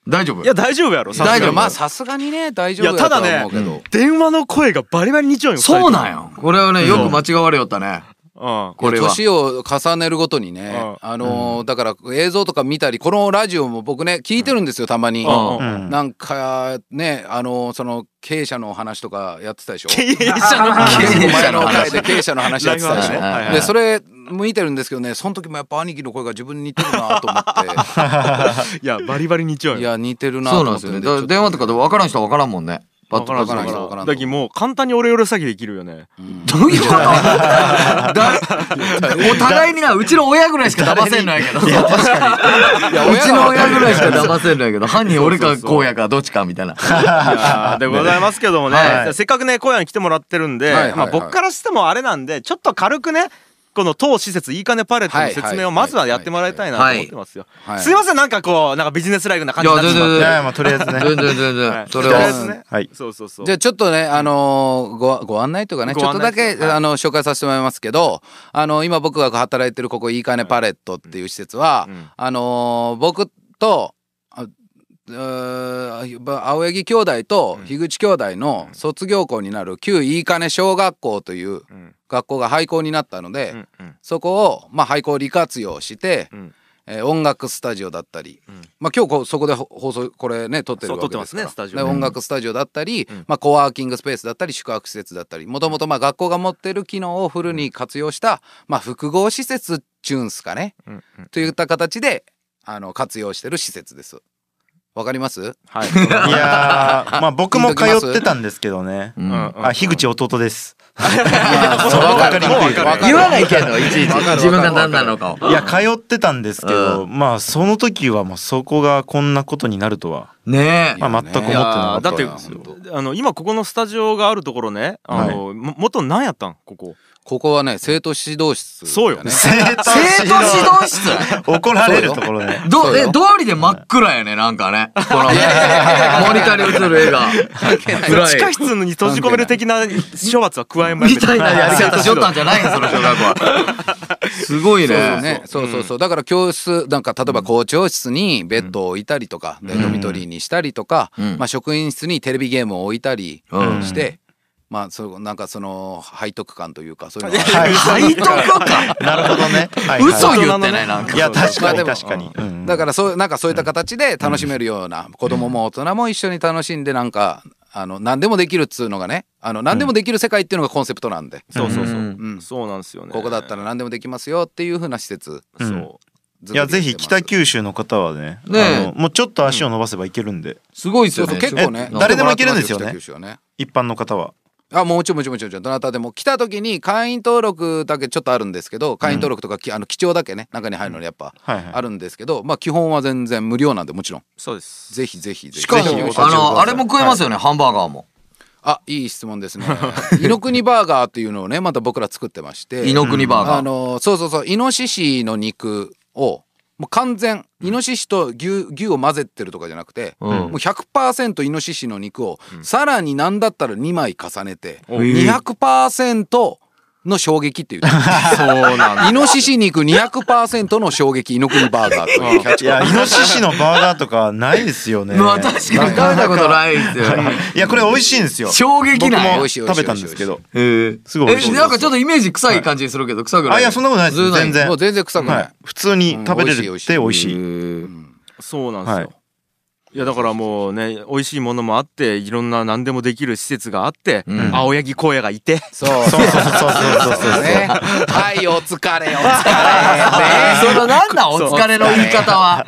[SPEAKER 3] 大丈夫
[SPEAKER 1] いや大丈夫やろ
[SPEAKER 7] せん
[SPEAKER 1] さす
[SPEAKER 7] 大
[SPEAKER 1] が
[SPEAKER 7] 丈
[SPEAKER 1] に
[SPEAKER 7] 夫まあさすがにね大
[SPEAKER 1] い
[SPEAKER 7] 丈
[SPEAKER 1] や
[SPEAKER 7] 夫だ
[SPEAKER 1] ただ
[SPEAKER 7] とは
[SPEAKER 1] ね
[SPEAKER 7] 思うけど、
[SPEAKER 1] 電話の声がバリバリにちゃうんよ
[SPEAKER 3] そうなんよ。これはね、よく間違われよったね。
[SPEAKER 1] よ
[SPEAKER 3] これは。
[SPEAKER 7] 年を重ねるごとにね、
[SPEAKER 1] う
[SPEAKER 7] あのーだから映像とか見たりこのラジオも僕ね聞いてるんですよたまに、
[SPEAKER 1] うん
[SPEAKER 6] ん
[SPEAKER 7] なんかねあのーその経営者のお話とかやってたでしょ
[SPEAKER 1] 経営者の
[SPEAKER 7] 経
[SPEAKER 1] 話
[SPEAKER 7] 営者の 会で経営者の話やってたでし
[SPEAKER 1] ライ
[SPEAKER 7] ょ
[SPEAKER 1] フハックね
[SPEAKER 7] でそれ見てるんですけどねその時もやっぱ兄貴の声が自分に似てるなと思っ
[SPEAKER 1] いやバリバリにちゃう
[SPEAKER 7] てい
[SPEAKER 1] よ
[SPEAKER 7] や似てるな
[SPEAKER 3] そ
[SPEAKER 7] と
[SPEAKER 3] うなん
[SPEAKER 7] 思
[SPEAKER 3] で
[SPEAKER 7] っ
[SPEAKER 3] す
[SPEAKER 7] て
[SPEAKER 3] よね。だか
[SPEAKER 7] ね
[SPEAKER 3] ら電話とかで分からん人は分からんもんね。パッと
[SPEAKER 7] わからん
[SPEAKER 3] パッ
[SPEAKER 7] 人
[SPEAKER 3] と
[SPEAKER 7] わからん
[SPEAKER 1] だきもう簡単にオレオレ詐欺できるよね
[SPEAKER 3] どういうことだお互いにな、うちの親ぐらいしか騙せんのやけど。うち
[SPEAKER 7] いや親
[SPEAKER 3] の
[SPEAKER 7] は
[SPEAKER 3] 親ぐらいしか騙せんのやけど、犯人俺かうやかどっちかみたいな。
[SPEAKER 1] でございますけどもね、
[SPEAKER 3] はい
[SPEAKER 1] せっかくね今夜に来てもらってるんで、
[SPEAKER 7] はいはいはい
[SPEAKER 1] まあ、僕からしてもあれなんでちょっと軽くねこの当施設いいかねパレットの説明をまずはやってもらいたいなと思ってますよ、
[SPEAKER 7] いはい
[SPEAKER 1] すいませんなんかこうなんかビジネスライフな感じになってしまっ
[SPEAKER 3] い
[SPEAKER 1] て
[SPEAKER 6] い
[SPEAKER 3] や
[SPEAKER 6] やいやまあとりあえずね。
[SPEAKER 3] 全然全然。それ
[SPEAKER 1] とりあ
[SPEAKER 3] は
[SPEAKER 1] え。ずね
[SPEAKER 6] はい
[SPEAKER 1] そうそうそう
[SPEAKER 7] じゃあちょっとね、あのーごご案内というかねち
[SPEAKER 1] ご
[SPEAKER 7] ょっ
[SPEAKER 1] 案
[SPEAKER 7] と
[SPEAKER 1] 内
[SPEAKER 7] だ
[SPEAKER 1] です
[SPEAKER 7] け、あの紹介させてもらいますけど、あの今僕が働いてるここいいかねパレットっていう施設は、
[SPEAKER 1] うん
[SPEAKER 7] あのー僕とあうーば青柳兄弟と樋口兄弟の卒業校になる旧いいかね小学校という
[SPEAKER 1] うん
[SPEAKER 7] 学校が廃校になったので、
[SPEAKER 1] うんうん
[SPEAKER 7] そこを、まあ、廃校利活用して、
[SPEAKER 1] うん
[SPEAKER 7] えー音楽スタジオだったり、
[SPEAKER 1] ん
[SPEAKER 7] まあ、今日こうそこでほ放送これね撮ってる
[SPEAKER 1] そう
[SPEAKER 7] わけですから
[SPEAKER 1] 撮ってますねスタジオ
[SPEAKER 7] で
[SPEAKER 1] うん
[SPEAKER 7] 音楽スタジオだったり、
[SPEAKER 1] ん
[SPEAKER 7] まあ、コワーキングスペースだったり宿泊施設だったりもともとまあ学校が持ってる機能をフルに活用した、まあ、複合施設っちゅうんすかね、
[SPEAKER 1] うんうん
[SPEAKER 7] といった形であの活用してる施設です。わかります
[SPEAKER 1] はい
[SPEAKER 6] いや ーまあ僕も通ってたんですけどね。
[SPEAKER 1] うんうん
[SPEAKER 6] あ樋口弟です。
[SPEAKER 7] そう
[SPEAKER 6] わかりにくい
[SPEAKER 7] わかるわかる
[SPEAKER 3] 言わないけど、いちいち。
[SPEAKER 7] わかるわかる
[SPEAKER 3] 自分が何なのかを。
[SPEAKER 6] いや通ってたんですけど、まあその時はもうそこがこんなことになるとは、
[SPEAKER 3] ねえ
[SPEAKER 6] ま。あ、全く思ってなかった
[SPEAKER 1] だってあの今ここのスタジオがあるところねあの、も元なんやったんここ
[SPEAKER 7] ここはね生徒指導室、ね、
[SPEAKER 1] そうよ
[SPEAKER 6] 生徒
[SPEAKER 3] 生徒指導室
[SPEAKER 6] 怒られるところね。
[SPEAKER 3] ど
[SPEAKER 7] そう
[SPEAKER 3] え
[SPEAKER 7] よ
[SPEAKER 3] 通りで真っ暗やねなんかねこのねモニターに映る絵が暗
[SPEAKER 1] 地下室に閉じ込める的な処罰は加えま
[SPEAKER 3] みたいなやり方しよったん
[SPEAKER 1] じ
[SPEAKER 3] じゃないんその小学校はすごい
[SPEAKER 7] そう
[SPEAKER 3] ね
[SPEAKER 7] そうねそうそうそうだから教室なんか例えば校長室にベッドを置いたりとか、でドミトリーにしたりとか、
[SPEAKER 3] うん
[SPEAKER 7] まあ、職員室にテレビゲームを置いたり
[SPEAKER 3] うん
[SPEAKER 7] して、まあそうなんかその背徳感というかそういうのが
[SPEAKER 3] 背徳か
[SPEAKER 6] なるほどね。はいはい
[SPEAKER 3] 嘘言ってないなんか
[SPEAKER 6] いや確か
[SPEAKER 7] まあ
[SPEAKER 6] に
[SPEAKER 7] でも
[SPEAKER 6] 確かに。うん
[SPEAKER 7] だからそうなんかそういった形で楽しめるような、子供も大人も一緒に楽しんでなんかあの何でもできるっつうのがねあの何でもできる世界っていうのがコンセプトなんで、
[SPEAKER 1] そうそうそううん
[SPEAKER 7] うん
[SPEAKER 1] そうなんですよね
[SPEAKER 7] ここだったら何でもできますよっていうふうな施設
[SPEAKER 1] そう
[SPEAKER 6] いやぜひ北九州の方はね、
[SPEAKER 3] ねえ
[SPEAKER 6] あのもうちょっと足を伸ばせばいけるんで、
[SPEAKER 3] すごいです
[SPEAKER 7] そう
[SPEAKER 3] よ
[SPEAKER 7] そう
[SPEAKER 3] ね
[SPEAKER 7] 結構ね
[SPEAKER 6] え誰でも行けるんですよね
[SPEAKER 7] 北九州はね
[SPEAKER 6] 一般の方は。
[SPEAKER 7] あもうちょんもちろんもちろんもちろんどなたでも来た時に会員登録だけちょっとあるんですけど会員登録とか、きあの貴重だけね中に入るのにやっぱ
[SPEAKER 6] はいはい
[SPEAKER 7] あるんですけど、まあ基本は全然無料なんでもちろん
[SPEAKER 1] そうです
[SPEAKER 7] ぜひぜひぜひ
[SPEAKER 3] しかも
[SPEAKER 7] ぜひお越し
[SPEAKER 3] あのあれも食えますよねハンバーガーも
[SPEAKER 7] あいい質問ですねイノクニバーガーっていうのをねまた僕ら作ってまして
[SPEAKER 3] イノクニバー
[SPEAKER 7] あ
[SPEAKER 3] ガー
[SPEAKER 7] のそうそうそうイノシシの肉をもう完全イノシシと牛牛を混ぜてるとかじゃなくて、もう100%イノシシの肉をさらに何だったら2枚重ねて、200%の衝撃っていう そうなんイノシシ肉200%の衝撃イノクニバーガーというキャッ
[SPEAKER 6] い
[SPEAKER 7] チコピー
[SPEAKER 6] やイノシシのバーガーとかないですよね。
[SPEAKER 3] まあ確かに食べたことないですよ
[SPEAKER 6] いやこれ美味しいんですよ。
[SPEAKER 3] 衝撃
[SPEAKER 6] 僕
[SPEAKER 3] ない
[SPEAKER 6] も食べたんですけど。
[SPEAKER 3] え
[SPEAKER 6] すごい美味しいです
[SPEAKER 3] なんかちょっとイメージ臭い感じにするけど臭くない
[SPEAKER 6] あいやそんなことないです全然
[SPEAKER 7] もう全然臭くない、
[SPEAKER 6] はい、普通に食べれるって美味しい。
[SPEAKER 1] そうなんですよ、
[SPEAKER 6] はい
[SPEAKER 1] い、やだからもうね美味しいものもあっていろんな何でもできる施設があって、
[SPEAKER 3] ん
[SPEAKER 1] 青柳荒野がいて
[SPEAKER 7] そう
[SPEAKER 6] そうそうそうそうそうそうそう。
[SPEAKER 7] ね。 はい、お疲れ、お疲れ。ね
[SPEAKER 3] そのなんなんお疲れの言い方は。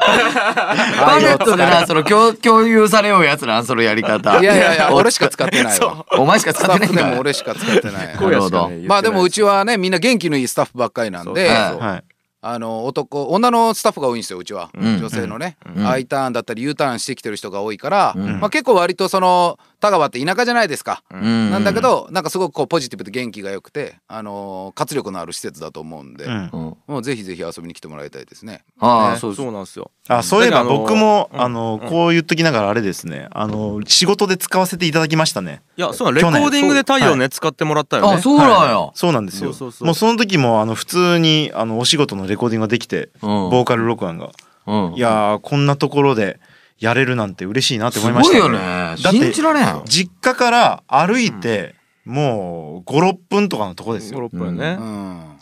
[SPEAKER 3] パレットでな、その共共有されようやつなん、そのやり方。
[SPEAKER 7] いやいやいや、俺しか使ってないわ。
[SPEAKER 3] お前しか使
[SPEAKER 7] ス
[SPEAKER 3] っ
[SPEAKER 7] タ
[SPEAKER 3] てないん
[SPEAKER 7] ッフでも
[SPEAKER 3] だ。
[SPEAKER 7] 俺しか使ってない。
[SPEAKER 3] なる ほど
[SPEAKER 1] 荒野しかね言ってないす
[SPEAKER 7] まあでもうちはねみんな元気のいいスタッフばっかりなんで
[SPEAKER 1] そう
[SPEAKER 3] そう
[SPEAKER 6] はい。
[SPEAKER 7] あの男女のスタッフが多いんですようちは、
[SPEAKER 3] ん
[SPEAKER 7] 女性のね、
[SPEAKER 3] ん
[SPEAKER 7] I ターンだったり U ターンしてきてる人が多いから、まあ、結構割とその田川って田舎じゃないですか、
[SPEAKER 3] うん
[SPEAKER 7] なんだけどなんかすごくこうポジティブで元気が良くて、あの活力のある施設だと思うんで、
[SPEAKER 6] うん。
[SPEAKER 7] もうぜひぜひ遊びに来てもらいたいですね。
[SPEAKER 3] ああ、
[SPEAKER 1] ね
[SPEAKER 3] そうです。
[SPEAKER 1] なんですよ
[SPEAKER 6] あそういえば僕も
[SPEAKER 1] だから
[SPEAKER 6] あ
[SPEAKER 1] あの
[SPEAKER 6] のこう言っときながらあれですねあの仕事で使わせていただきましたね
[SPEAKER 1] いやそうなのレコーディングで太陽ね使ってもらったよね
[SPEAKER 3] あ、そうなんや。
[SPEAKER 6] そうなんですよ
[SPEAKER 1] そうそうそう
[SPEAKER 6] もうその時もあの普通にあのお仕事のレコーディングができてボーカル録音が
[SPEAKER 3] うん
[SPEAKER 6] いやーこんなところでやれるなんて嬉しいなって思い
[SPEAKER 3] す
[SPEAKER 6] まし
[SPEAKER 3] ご
[SPEAKER 6] た
[SPEAKER 3] いよね。
[SPEAKER 6] だって
[SPEAKER 3] 信じられん。
[SPEAKER 6] 実家から歩いてもう56分とかのとこです
[SPEAKER 1] ヨーロ
[SPEAKER 6] よ、
[SPEAKER 1] ッパよね、
[SPEAKER 7] うん、
[SPEAKER 6] はい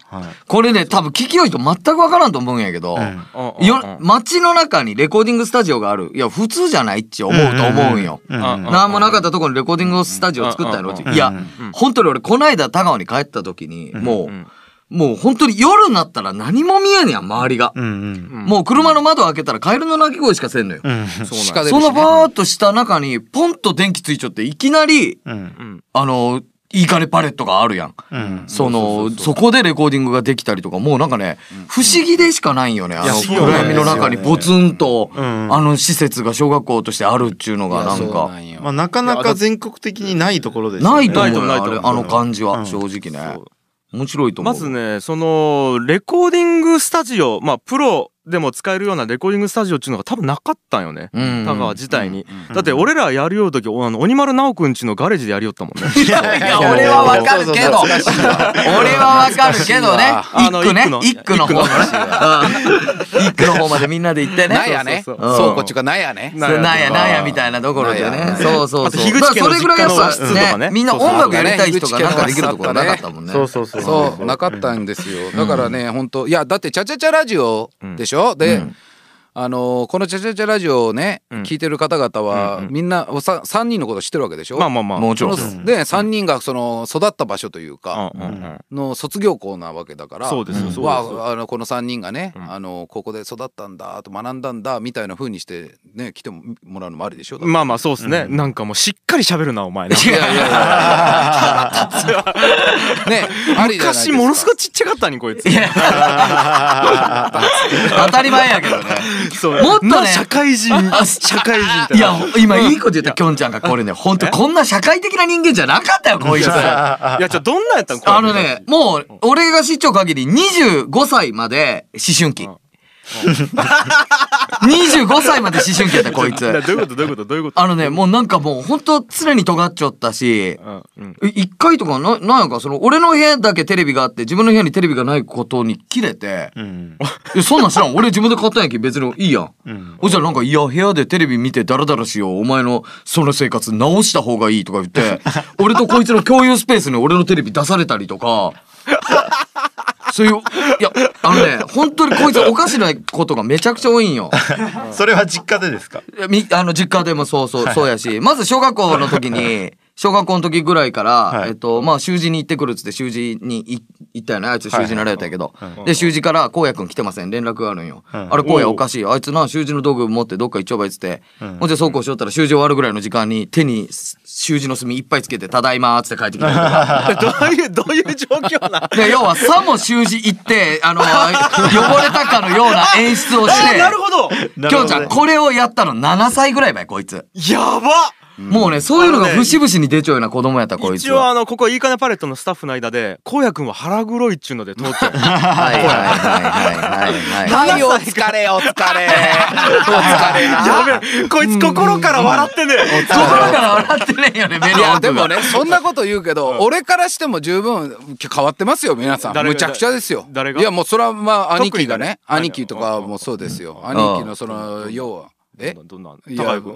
[SPEAKER 3] これね、多分聞きよいと全くわからんと思うんやけど。
[SPEAKER 6] うん
[SPEAKER 1] ああ
[SPEAKER 3] よ
[SPEAKER 1] あ
[SPEAKER 3] 街の中にレコーディングスタジオがある。いや、普通じゃないっち思うと思うんよ。
[SPEAKER 6] うん
[SPEAKER 1] ああ
[SPEAKER 3] なんもなかったところにレコーディングスタジオを作ったんやろって
[SPEAKER 6] うん
[SPEAKER 3] いや
[SPEAKER 6] う、
[SPEAKER 3] 本当に俺、こないだ田川に帰った時に、も
[SPEAKER 1] ん
[SPEAKER 3] う、もう本当に夜になったら何も見えんやん、周りが。
[SPEAKER 6] うんうん
[SPEAKER 3] もう車の窓開けたらカエルの鳴き声しかせんのよ。
[SPEAKER 6] うん
[SPEAKER 7] 鹿出るし
[SPEAKER 3] そ
[SPEAKER 7] ね
[SPEAKER 3] のバーっとした中に、ポンと電気ついちゃって、いきなり、
[SPEAKER 6] うん
[SPEAKER 3] あの、いい金パレットがあるやん。
[SPEAKER 6] うん
[SPEAKER 3] その、そこでレコーディングができたりとか、もうなんかね、不思議でしかないよね。あの、
[SPEAKER 6] そうなん
[SPEAKER 3] 暗闇の中にポツンと、
[SPEAKER 6] ん
[SPEAKER 3] あの施設が小学校としてあるっちゅうのが、なん
[SPEAKER 7] そう
[SPEAKER 3] か
[SPEAKER 7] な、んよ
[SPEAKER 6] まあ、なかなか全国的にないところですよ
[SPEAKER 3] な
[SPEAKER 6] ね
[SPEAKER 3] いと思う
[SPEAKER 1] ない
[SPEAKER 3] よ、
[SPEAKER 1] と
[SPEAKER 3] あ
[SPEAKER 1] 思う
[SPEAKER 3] れ
[SPEAKER 1] ないと
[SPEAKER 3] あ
[SPEAKER 1] 思う
[SPEAKER 3] の感じ
[SPEAKER 6] う
[SPEAKER 3] は、
[SPEAKER 6] ん
[SPEAKER 3] 正直ね
[SPEAKER 1] そ。
[SPEAKER 3] 面白いと思う。
[SPEAKER 1] まずねそのレコーディングスタジオまあプロでも使えるようなレコーディングスタジオっていうのが多分なかったんよね、
[SPEAKER 3] うん
[SPEAKER 1] 田川自体に、だって俺らやるよう時おあの鬼丸直くんちのガレージでやりよったもんね
[SPEAKER 3] いやいや、俺はわかるけど、俺はわかるけどね、
[SPEAKER 1] あ
[SPEAKER 3] 一
[SPEAKER 1] の
[SPEAKER 3] 句ね
[SPEAKER 1] 一句の、
[SPEAKER 3] 一句の方のね、うん一句の方までみんなで行ってね。
[SPEAKER 7] なんやね
[SPEAKER 3] そうそうそう
[SPEAKER 7] 倉庫っちゅうかなんやね
[SPEAKER 3] そうそうなんやなんやみたいなところで
[SPEAKER 7] なん
[SPEAKER 3] ね
[SPEAKER 7] や。
[SPEAKER 3] そうそう
[SPEAKER 1] あと
[SPEAKER 3] そう。
[SPEAKER 1] 樋口家の
[SPEAKER 3] だからそれぐらいやっ
[SPEAKER 1] 実家の和室と
[SPEAKER 3] ぱ
[SPEAKER 1] かね
[SPEAKER 3] ね、みんな音楽やりたい人がなんかできるところなかったもんね。
[SPEAKER 6] そうそうそう
[SPEAKER 7] そうなかったんですよだからね本当いやだって「チャチャチャラジオ」でしょであのーこの「チャチャチャラジオ」をね聞いてる方々はみんなおさ3人のこと知ってるわけでしょ
[SPEAKER 1] まあまあまあ
[SPEAKER 3] もちろん。
[SPEAKER 7] そので3人がその育った場所というか
[SPEAKER 1] うんうんうん
[SPEAKER 7] の卒業校なわけだから
[SPEAKER 1] そうですよそうですよ
[SPEAKER 7] わああのこの3人がねあのここで育ったんだと学んだんだみたいな風にしてね来てもらうのもありでしょだって
[SPEAKER 1] まあまあそうですね、なんかもうしっかり喋るなお前な
[SPEAKER 3] い やいやいや。
[SPEAKER 7] ねありじゃないです
[SPEAKER 1] 昔
[SPEAKER 7] か
[SPEAKER 1] ものすごいちっちゃかったにこいつ
[SPEAKER 3] 当たり前やけどね。
[SPEAKER 1] きそう
[SPEAKER 3] もっとね
[SPEAKER 1] な社会人
[SPEAKER 3] あ
[SPEAKER 1] 社会人って
[SPEAKER 3] いや、今いいこと言った、きょんちゃんがこれね、ほんとこんな社会的な人間じゃなかったよ、こいつ。あ
[SPEAKER 1] いやじゃあどんなやったの
[SPEAKER 3] のね、もう、俺が市長限り25歳まで思春 期。25歳まで思春期やった、こい
[SPEAKER 1] いや
[SPEAKER 3] つ。
[SPEAKER 1] どういうことどういうことどういうこと
[SPEAKER 3] あのね、もうなんかもう、ほんと常に尖っちゃったし、
[SPEAKER 1] うんうん
[SPEAKER 3] え一回とかな、なんやか、その、俺の部屋だけテレビがあって、自分の部屋にテレビがないことに切れて、
[SPEAKER 6] うん
[SPEAKER 3] えそんなん知らん。俺自分で買ったんやけん別にいいやん。
[SPEAKER 6] うん
[SPEAKER 3] おじゃあなんか、いや、部屋でテレビ見てダラダラしよう。お前のその生活直した方がいいとか言って、 俺とこいつの共有スペースに俺のテレビ出されたりとか、そういう、いや、あのね、本当にこいつおかしなことがめちゃくちゃ多いんよ。
[SPEAKER 6] それは実家でですか
[SPEAKER 3] いやみあの実家でもそうそう、そうやし、まず小学校の時に、小学校の時ぐらいから、
[SPEAKER 6] い
[SPEAKER 3] えっと、まあ、習字に行ってくるっつって、習字にい行ったよね。あいつ習字習えたけど。
[SPEAKER 6] はい
[SPEAKER 3] で、習字から、こうやくん来てません。連絡があるんよ。
[SPEAKER 6] うん
[SPEAKER 3] あれ、こうやおかしい。あいつな、習字の道具持ってどっか行っちゃえばいいっつって。
[SPEAKER 6] うん
[SPEAKER 3] ほんじゃ、そうこうしよったら、習字終わるぐらいの時間に、手に習字の墨いっぱいつけて、ただいまーっつって帰ってきたりとか。
[SPEAKER 1] どういうどういう状況な
[SPEAKER 3] で要は、さも習字行って、あの、汚れたかのような演出をし
[SPEAKER 1] の
[SPEAKER 3] て、
[SPEAKER 1] なるほど
[SPEAKER 3] きょうちゃん、これをやったの7歳ぐらい前、こいつ。
[SPEAKER 1] やば
[SPEAKER 3] もうね、そういうのが節々に出ちゃうような子供やった、こいつ
[SPEAKER 1] 一応
[SPEAKER 3] は。
[SPEAKER 1] あのここいいかなパレットのスタッフの間で荒野くんは腹黒いっちゅうので通って
[SPEAKER 3] はいはいはいはいはい。
[SPEAKER 7] はい、お疲れ、お疲れ。お疲れな。
[SPEAKER 1] やべえこいつ心から笑ってね
[SPEAKER 3] 心から笑ってねえよね、メリ
[SPEAKER 7] い
[SPEAKER 3] ー
[SPEAKER 7] や
[SPEAKER 3] ア
[SPEAKER 7] で
[SPEAKER 3] で
[SPEAKER 7] も
[SPEAKER 3] も
[SPEAKER 7] ね
[SPEAKER 3] ね。
[SPEAKER 7] そんなこと言うけど俺からしても十分変わってますよ皆さん
[SPEAKER 1] 誰が
[SPEAKER 7] むちゃくちゃですよ
[SPEAKER 1] 誰が
[SPEAKER 7] いやもうそれはまあ兄貴がね
[SPEAKER 1] 特に誰
[SPEAKER 7] 兄貴とかもそうですよ兄貴のその要はえ
[SPEAKER 1] どんなどん
[SPEAKER 7] い
[SPEAKER 1] な
[SPEAKER 7] や
[SPEAKER 1] 高井
[SPEAKER 7] で
[SPEAKER 1] 君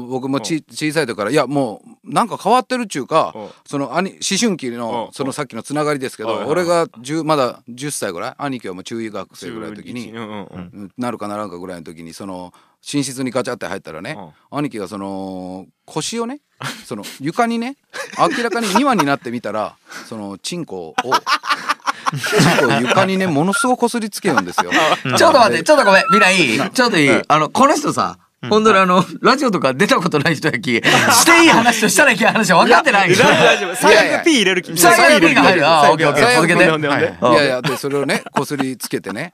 [SPEAKER 7] も僕もち小さい時からいやもうなんか変わってるっちゅうか
[SPEAKER 1] うん
[SPEAKER 7] その兄思春期の
[SPEAKER 1] うん
[SPEAKER 7] そのさっきのつながりですけ
[SPEAKER 1] はい
[SPEAKER 7] ど
[SPEAKER 1] はい
[SPEAKER 7] 俺が10まだ10歳ぐらい兄貴はもう中学生ぐらいの時に
[SPEAKER 1] うんうんうん
[SPEAKER 7] なるかならんかぐらいの時にその寝室にガチャって入ったらね、兄貴がその腰をねその床にね明らかに2話になってみたらそのチンコをチンコを床にねものすごくこすりつけるんですよ。
[SPEAKER 3] ちょっと待って、ちょっとごめん、みんないいちょっといいあの、この人さ、ほんとにあの、ラジオとか出たことない人やき、していい話としたらいけない話は分かってない
[SPEAKER 1] 大
[SPEAKER 3] よ。
[SPEAKER 1] 丈夫最悪 P 入れる気
[SPEAKER 3] 最悪 P が入る。あ、オッケーオッケー、続けて。
[SPEAKER 1] ほんでほんで
[SPEAKER 7] いやいやでそれをねこすりつけてね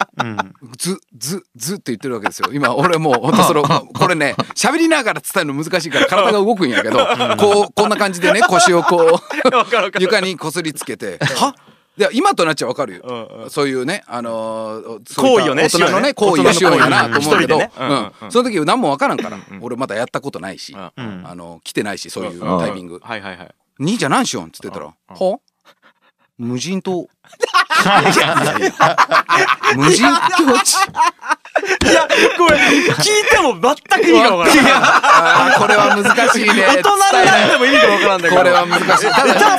[SPEAKER 7] ズズズって言ってるわけですよ今俺もうほんとそ のこれね喋りながら伝えるの難しいから体が動くんやけどこうこんな感じでね腰を こう床にこすりつけてはいや今となっちゃわかるよ、そういうねあのーそういった
[SPEAKER 1] 行為をね
[SPEAKER 7] 大人のね行為をしようやなと思うけど、
[SPEAKER 1] 一人でねうん
[SPEAKER 7] うんその時何もわからんから、俺まだやったことないし、
[SPEAKER 1] うん
[SPEAKER 6] うん
[SPEAKER 7] あの来てないしそういうタイミング
[SPEAKER 1] はいはいはい
[SPEAKER 7] 「兄じゃ何しよん」っつってたら「は無 人島」 無人島ち
[SPEAKER 1] いやこれ聞いても全く意味がわからない
[SPEAKER 7] あーこれは難しいね
[SPEAKER 1] 大人になっても意味がわからんだけど
[SPEAKER 7] これは難しいただ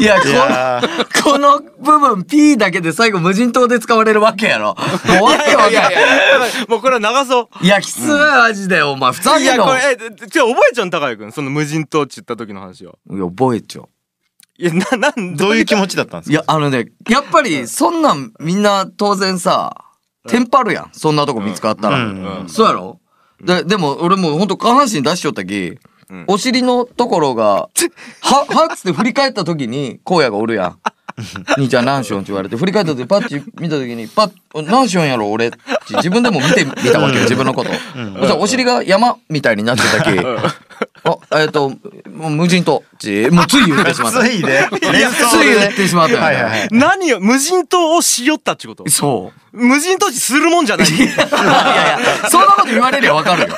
[SPEAKER 3] いや、こ
[SPEAKER 6] いやー
[SPEAKER 3] この部分 P だけで最後無人島で使われるわけやろ。もうわけわかん
[SPEAKER 7] いや
[SPEAKER 3] ない。
[SPEAKER 7] いや
[SPEAKER 1] もうこれは流そう
[SPEAKER 3] いや、きついマジで、お前。ふざ
[SPEAKER 1] い
[SPEAKER 3] け
[SPEAKER 1] や
[SPEAKER 3] ろ
[SPEAKER 1] こ。れえちょ覚えちゃうん高井君その無人島って言った時の話はい
[SPEAKER 3] や、覚えちゃう。
[SPEAKER 1] いやななん
[SPEAKER 6] どういう気持ちだったんです
[SPEAKER 3] い
[SPEAKER 6] か
[SPEAKER 3] や、あのね、やっぱり、そんなんみんな当然さ、テンパるやん。そんなとこ見つかったら。
[SPEAKER 6] うん
[SPEAKER 1] うん
[SPEAKER 3] そうやろで、でも俺もうほんと下半身出しちゃったき、
[SPEAKER 1] ん
[SPEAKER 3] お尻のと ころが、は、はっつって振り返った時に、荒野がおるやん。兄ちゃん何しよんって言われて、振り返った時パッチ見た時に、パッ、お何しよんやろ俺って自分でも見てみたわけよ、自分のこと。そしたらお尻が山みたいになってたき、あ、えっ、と、もう無人島っち、もうつい言ってしまった。
[SPEAKER 6] ついで連
[SPEAKER 3] つ
[SPEAKER 6] 想
[SPEAKER 3] い
[SPEAKER 6] で
[SPEAKER 3] 言ってしまったよね。
[SPEAKER 6] はいはいはい
[SPEAKER 1] 何を無人島をしよったっちゅうこと
[SPEAKER 3] そう。
[SPEAKER 1] 無人島ってするもんじゃない
[SPEAKER 3] いやいや、そんなこと言われりゃわかるよ。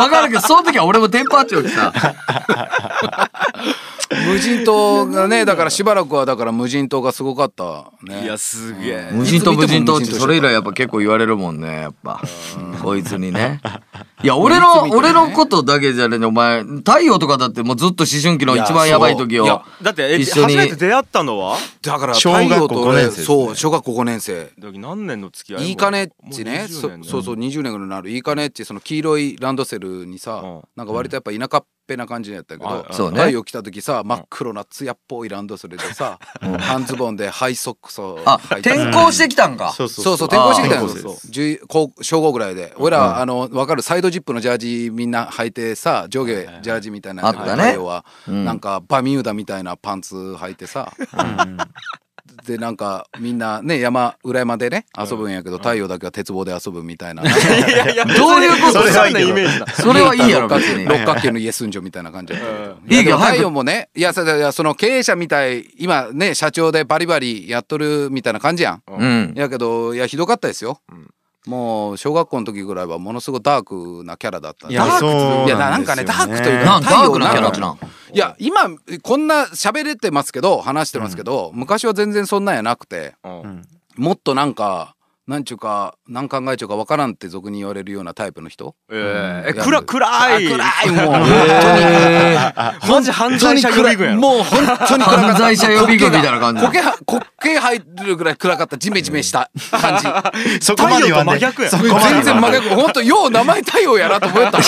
[SPEAKER 3] わかるけど、その時は俺もテンパっちゃうしさ。
[SPEAKER 7] 無人島がねだからしばらくはだから無人島がすごかったね
[SPEAKER 1] いやすげえ
[SPEAKER 3] 無人島無人島ってそれ以来やっぱ結構言われるもんねやっぱこいつにねいや俺の俺のことだけじゃねえのお前太陽とかだってもうずっと思春期の一番やばい時を
[SPEAKER 7] いや
[SPEAKER 1] だってえ
[SPEAKER 3] 一緒
[SPEAKER 1] 初
[SPEAKER 3] に
[SPEAKER 1] めて出会ったのは
[SPEAKER 7] だから
[SPEAKER 6] 小学校
[SPEAKER 7] 太陽と
[SPEAKER 6] 五年
[SPEAKER 7] 俺
[SPEAKER 6] 生ですね
[SPEAKER 7] そう小学校5年
[SPEAKER 1] だ
[SPEAKER 7] 生
[SPEAKER 1] けど何年の付き合い
[SPEAKER 7] いいかねっ
[SPEAKER 1] もう
[SPEAKER 7] ちね
[SPEAKER 1] 20
[SPEAKER 7] そ
[SPEAKER 1] 年だよ
[SPEAKER 7] そうそう20年ぐらいになるいいかねっちその黄色いランドセルにさ、
[SPEAKER 1] うん
[SPEAKER 7] なんか割とやっぱ田舎っぺな感じのやったけど、
[SPEAKER 1] はい
[SPEAKER 3] そうね
[SPEAKER 7] 太陽来た時さ真っ黒な艶っぽいランドセルでさ、半ズボンでハイソックスを
[SPEAKER 3] あ
[SPEAKER 7] 履いて
[SPEAKER 3] 転校してきたんか
[SPEAKER 6] そうそ
[SPEAKER 7] そう
[SPEAKER 6] う
[SPEAKER 7] そ
[SPEAKER 6] そう
[SPEAKER 7] う転校してきた
[SPEAKER 3] あ
[SPEAKER 7] の
[SPEAKER 3] ー
[SPEAKER 6] 転校生
[SPEAKER 7] 10高小5ぐらいで俺ら、あの分かるサイドジップのジャージみんな履いてさ上下ジャージみたいな
[SPEAKER 3] あったね
[SPEAKER 7] は、
[SPEAKER 3] うん
[SPEAKER 7] なんかバミューダみたいなパンツ履いてさ、でなんかみんなね山裏山でね遊ぶんやけど太陽だけは鉄棒で遊ぶみたいな
[SPEAKER 1] いや
[SPEAKER 3] どういうこと
[SPEAKER 1] それはいいけどイメージだ
[SPEAKER 3] それはいいやろ、別に。
[SPEAKER 7] 六角形の家住んじょみたいな感じやったけど
[SPEAKER 3] いいけど
[SPEAKER 7] やでも
[SPEAKER 3] 早く
[SPEAKER 7] 太陽もねいやそいやその経営者みたい今ね社長でバリバリやっとるみたいな感じやん
[SPEAKER 3] うん。
[SPEAKER 7] やけどいやひどかったですよ、もう小学校の時ぐらいはものすごいダークなキャラだったんで
[SPEAKER 6] いやそうなん
[SPEAKER 7] いやなんかね
[SPEAKER 6] で
[SPEAKER 7] ダ
[SPEAKER 6] すよね
[SPEAKER 7] ークとい
[SPEAKER 3] な
[SPEAKER 7] うか
[SPEAKER 3] ん、ダ
[SPEAKER 7] 太
[SPEAKER 3] ー
[SPEAKER 7] 陽
[SPEAKER 3] クなキャラって
[SPEAKER 7] んか
[SPEAKER 3] なん。
[SPEAKER 7] いや今こんな喋れてますけど話してますけど、昔は全然そんなんやなくて
[SPEAKER 6] うん
[SPEAKER 7] もっとなんかなんちゅうか何考えちゅうかわからんって俗に言われるようなタイプの人
[SPEAKER 1] えー、え暗暗い
[SPEAKER 7] あ暗いもう、
[SPEAKER 1] マジ犯罪者ぐらいやろ
[SPEAKER 7] もう本当に暗
[SPEAKER 3] 犯
[SPEAKER 7] かった
[SPEAKER 3] 罪者予備軍みたいな感じ
[SPEAKER 7] 苔が苔が苔入るぐらい暗かったジメジメした感じ
[SPEAKER 6] そこまではね
[SPEAKER 1] 太陽と真逆や
[SPEAKER 6] そこまでは
[SPEAKER 7] 全然真逆本当よう名前太陽やなと思 った
[SPEAKER 6] い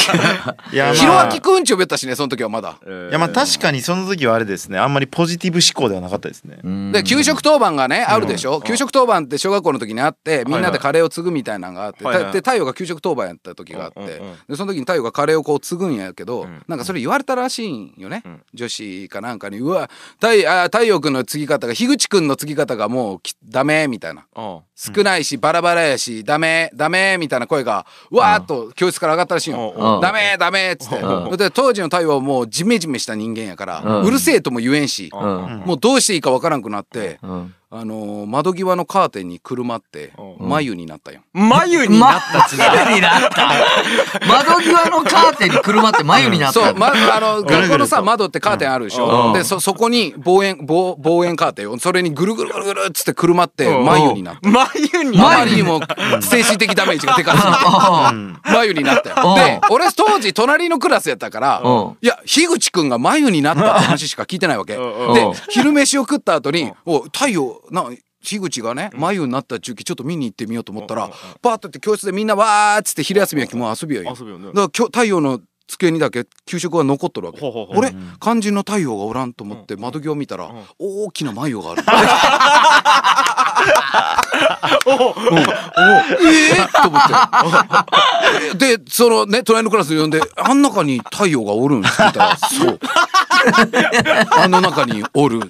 [SPEAKER 6] やまあ
[SPEAKER 7] ひろあきくんち呼べたしねその時はまだ
[SPEAKER 6] いやまあ確かにその時はあれですねあんまりポジティブ思考ではなかったですね
[SPEAKER 7] で給食当番がねあるでしょ給食当番って小学校の時にあってみんなでカレーを継ぐみたいなのがあって
[SPEAKER 1] はいはい
[SPEAKER 7] たで太陽が給食当番やった時があっ
[SPEAKER 1] う
[SPEAKER 7] て
[SPEAKER 1] んうんうん
[SPEAKER 7] でその時に太陽がカレーをこう継ぐんやけど
[SPEAKER 1] ん
[SPEAKER 7] なんかそれ言われたらしいんよね女子かなんかに「うわ太あ太陽くんの継ぎ方が樋口くんの継ぎ方がもうきダメ」みたいな。
[SPEAKER 1] うん
[SPEAKER 7] 少ないしバラバラやしダメダメみたいな声がわーっと教室から上がったらしい
[SPEAKER 3] うん
[SPEAKER 7] のダメダメっつってで当時の太陽はもうジメジメした人間やから
[SPEAKER 3] うん
[SPEAKER 7] うるせえとも言えんし
[SPEAKER 3] うん。
[SPEAKER 7] もうどうしていいかわからんくなって
[SPEAKER 3] うん。
[SPEAKER 7] あのー窓際のカーテンにくるまって眉になったよ
[SPEAKER 1] 眉になったつ
[SPEAKER 3] 眉になった。 窓際のカーテンにくるまって眉になった。
[SPEAKER 7] そう、ま、あ の
[SPEAKER 6] ぐるぐる
[SPEAKER 7] 学校のさ
[SPEAKER 6] と
[SPEAKER 7] 窓ってカーテンあるでし
[SPEAKER 3] うん
[SPEAKER 7] ょでそそこに望遠望望遠カーテンをそれにぐるぐるぐるぐるっつってくるまって眉になった
[SPEAKER 1] 眉に
[SPEAKER 7] あまりにも精神的ダメージがでかすぎて
[SPEAKER 6] うん
[SPEAKER 7] 眉になった
[SPEAKER 3] うん
[SPEAKER 7] よ。で、俺当時隣のクラスやったから
[SPEAKER 3] うん、
[SPEAKER 7] いや、樋口くんが眉になったって話しか聞いてないわけ。で
[SPEAKER 1] ん
[SPEAKER 3] うん、
[SPEAKER 7] 昼飯を食った後に、お、太陽、な、樋口がね、眉になった中期ちょっと見に行ってみようと思ったら、パーッとって教室でみんなわーっつって昼休みはもう遊びよ。今だか
[SPEAKER 1] 遊ぶよね
[SPEAKER 7] ら今日太陽の机にだけ給食は残っとるわけ。
[SPEAKER 1] ほうほうほう
[SPEAKER 7] 俺、肝心の太陽がおらんと思って窓際見たら、大きな 眉がある。ええと思って。で、 そのね、隣のクラス呼んで、あん中に太陽がおるんって言っ たら、そう。あの中に おる。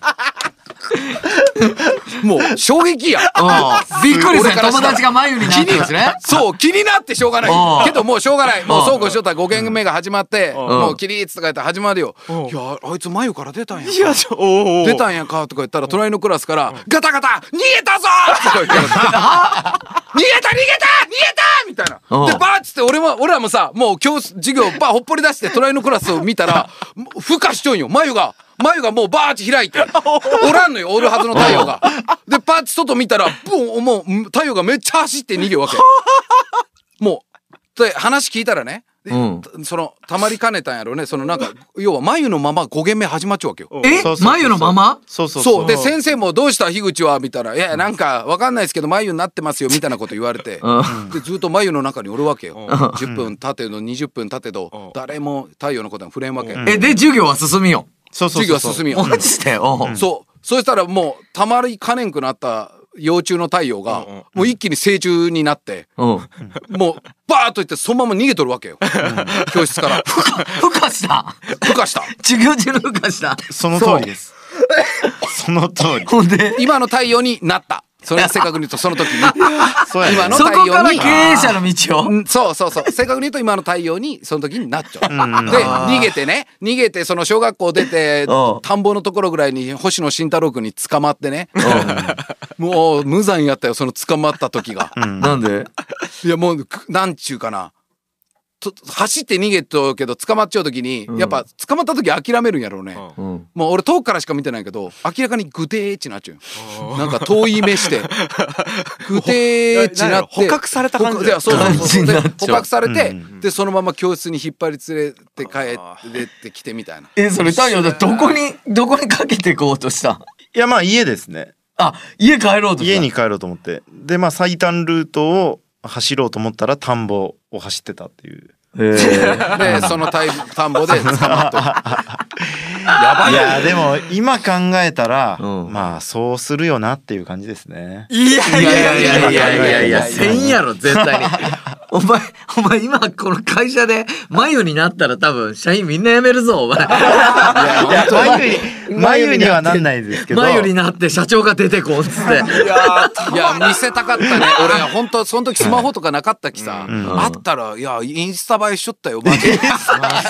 [SPEAKER 7] もう衝撃や。
[SPEAKER 3] うんびっくりしたよ友達が眉になってるしね。
[SPEAKER 7] そう、気になってしょうがな
[SPEAKER 3] ああ
[SPEAKER 7] い。けどもうしょうがない。もうそうこうしとったら5軒目が始まって、もうキリッつとか言って始まるよ。いや、あいつ眉から出たんや。
[SPEAKER 1] いやちょおうおう
[SPEAKER 7] 出たんやかとか言ったら隣のクラスから「ガタガタ逃げたぞ!」とか言って 「逃げた逃げた逃げた!」みたいな。
[SPEAKER 3] うん
[SPEAKER 7] でバーッつって俺も俺らもさもう教室授業バーほっぽり出して隣のクラスを見たらもう孵化しちょんよ眉が。眉がもうバーッチ開いておらんのよおるはずの太陽が。でパッチ外見たらブンもう太陽がめっちゃ走って逃げるわけ。もうで話聞いたらね、で
[SPEAKER 3] うん
[SPEAKER 7] そのたまりかねたんやろうねそのなんか要は眉のまま5軒目始まっちゃうわけよ。
[SPEAKER 3] え
[SPEAKER 6] そうそうそう
[SPEAKER 3] 眉のまま
[SPEAKER 6] そうそう
[SPEAKER 7] そうで先生も「どうした樋口は」みたいな「いやいやなんかわかんないですけど眉になってますよ」みたいなこと言われて、でずっと眉の中におるわけよ、10分経てど20分経てど誰も太陽のことは触れんわけ、
[SPEAKER 3] え、で、授業は進みよ。
[SPEAKER 6] そうそう
[SPEAKER 7] 授
[SPEAKER 6] そ
[SPEAKER 7] 業
[SPEAKER 6] うそう
[SPEAKER 7] は進みよ、
[SPEAKER 3] マジでよ。
[SPEAKER 7] そうそしたらもうたまりかねんくなった幼虫の太陽が、もう一気に成虫に なって、
[SPEAKER 3] うん。
[SPEAKER 7] もうバーッといってそのまま逃げとるわけよ、教室から
[SPEAKER 3] ふかした。
[SPEAKER 7] 孵化した
[SPEAKER 3] 授業中のふかした。
[SPEAKER 6] その通りですその通 り
[SPEAKER 3] ほんで、
[SPEAKER 7] 今の太陽になったそれは正確に言うとその時 に
[SPEAKER 6] そうやね
[SPEAKER 7] 今の
[SPEAKER 3] そこ
[SPEAKER 7] 太陽に
[SPEAKER 3] から経営者の道を。
[SPEAKER 7] うんそうそうそう正確に言うと今の太陽にその時になっちゃう。で逃げてね逃げてその小学校出て
[SPEAKER 3] うん
[SPEAKER 7] 田んぼのところぐらいに星野慎太郎君に捕まってねもう無残やったよその捕まった時が。
[SPEAKER 3] なんで
[SPEAKER 7] いやもうくなんちゅうかな。と走って逃げとるけど捕まっちゃう時にやっぱ捕まった時諦めるんやろうね。
[SPEAKER 3] うん。
[SPEAKER 7] もう俺遠くからしか見てないけど明らかにグテーっちなっちゃうよなんか遠い目して グテーっちなって
[SPEAKER 1] ほ捕獲された感じだよ
[SPEAKER 7] ほいやそうそうそう
[SPEAKER 3] 感じに
[SPEAKER 7] で
[SPEAKER 3] なっちゃう
[SPEAKER 7] 捕獲されて、
[SPEAKER 6] うんう
[SPEAKER 7] でそのまま教室に引っ張り連れて帰ってきてみたいな
[SPEAKER 3] え、それ太陽だどこに、どこにかけてこうとした
[SPEAKER 6] いやまあ家ですね
[SPEAKER 3] あ、家帰ろうとした。
[SPEAKER 6] 家に。帰ろうと思ってでまあ最短ルートを走ろうと思ったら田んぼを走ってたっていう
[SPEAKER 7] でその田い田ん ぼで捕まっとる
[SPEAKER 6] いやでも今考えたら、
[SPEAKER 3] うん
[SPEAKER 6] まあそうするよなっていう感じですね
[SPEAKER 1] いやいやいやいやいやいや
[SPEAKER 3] いやいや、せんやろ、絶対に。 お前、お前今この会社で眉になったら多分社員みんな辞めるぞ、お前。
[SPEAKER 6] いや眉に眉にはなんないですけど
[SPEAKER 3] 眉になって社長が出てこんっつって。
[SPEAKER 7] いやいや見せたかったね俺本当その時スマホとかなかったきさ、あったらいやインスタ映えしちょったよマジ でイン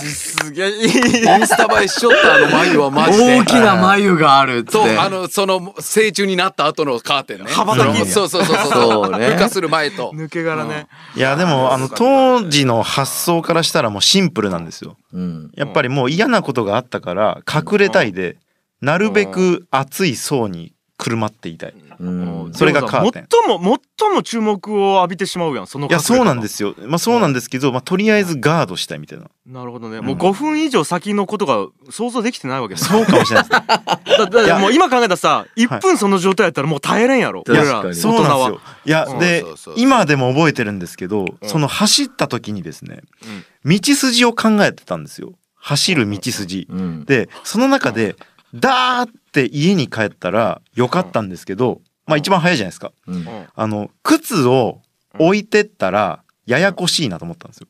[SPEAKER 1] すげえ
[SPEAKER 7] スタ映えしちょったあの眉はマジで
[SPEAKER 3] 大きな眉があるっつって。
[SPEAKER 7] そうあのその成虫になった後のカーテンね羽ば
[SPEAKER 1] たき
[SPEAKER 7] そうそうそうそう
[SPEAKER 3] そうね
[SPEAKER 7] 孵化する前と
[SPEAKER 1] 抜け殻ね
[SPEAKER 6] いやでもあの当時の発想からしたらもうシンプルなんですよ
[SPEAKER 3] うん。
[SPEAKER 6] やっぱりもう嫌なことがあったから隠れたいでなるべく熱い層にくるまっていたいい
[SPEAKER 3] うん。
[SPEAKER 6] それがカーテン
[SPEAKER 1] 最も最も注目を浴びてしまうやんその
[SPEAKER 6] やそうなんですすよまあそうなんですけどまあとりあえずガードしたいみたいな
[SPEAKER 1] なるほどねもう5分以上先のことが想像できてないわけだ
[SPEAKER 6] そうかもしれないですね
[SPEAKER 1] だだ
[SPEAKER 6] いや
[SPEAKER 1] もう今考えたらさ1分その状態やったらもう耐えれんやろ
[SPEAKER 3] いや
[SPEAKER 1] 俺ら大人
[SPEAKER 6] そうなんです
[SPEAKER 1] は
[SPEAKER 6] よいやで
[SPEAKER 7] そうそうそう
[SPEAKER 6] 今でも覚えてるんですけどその走った時にですね道筋を考えてたんですよ走る道筋
[SPEAKER 3] うん。
[SPEAKER 6] でその中でダーって家に帰ったらよかったんですけどまあ一番早いじゃないですか
[SPEAKER 3] うん
[SPEAKER 6] あの靴を置いてったらややこしいなと思ったんですよ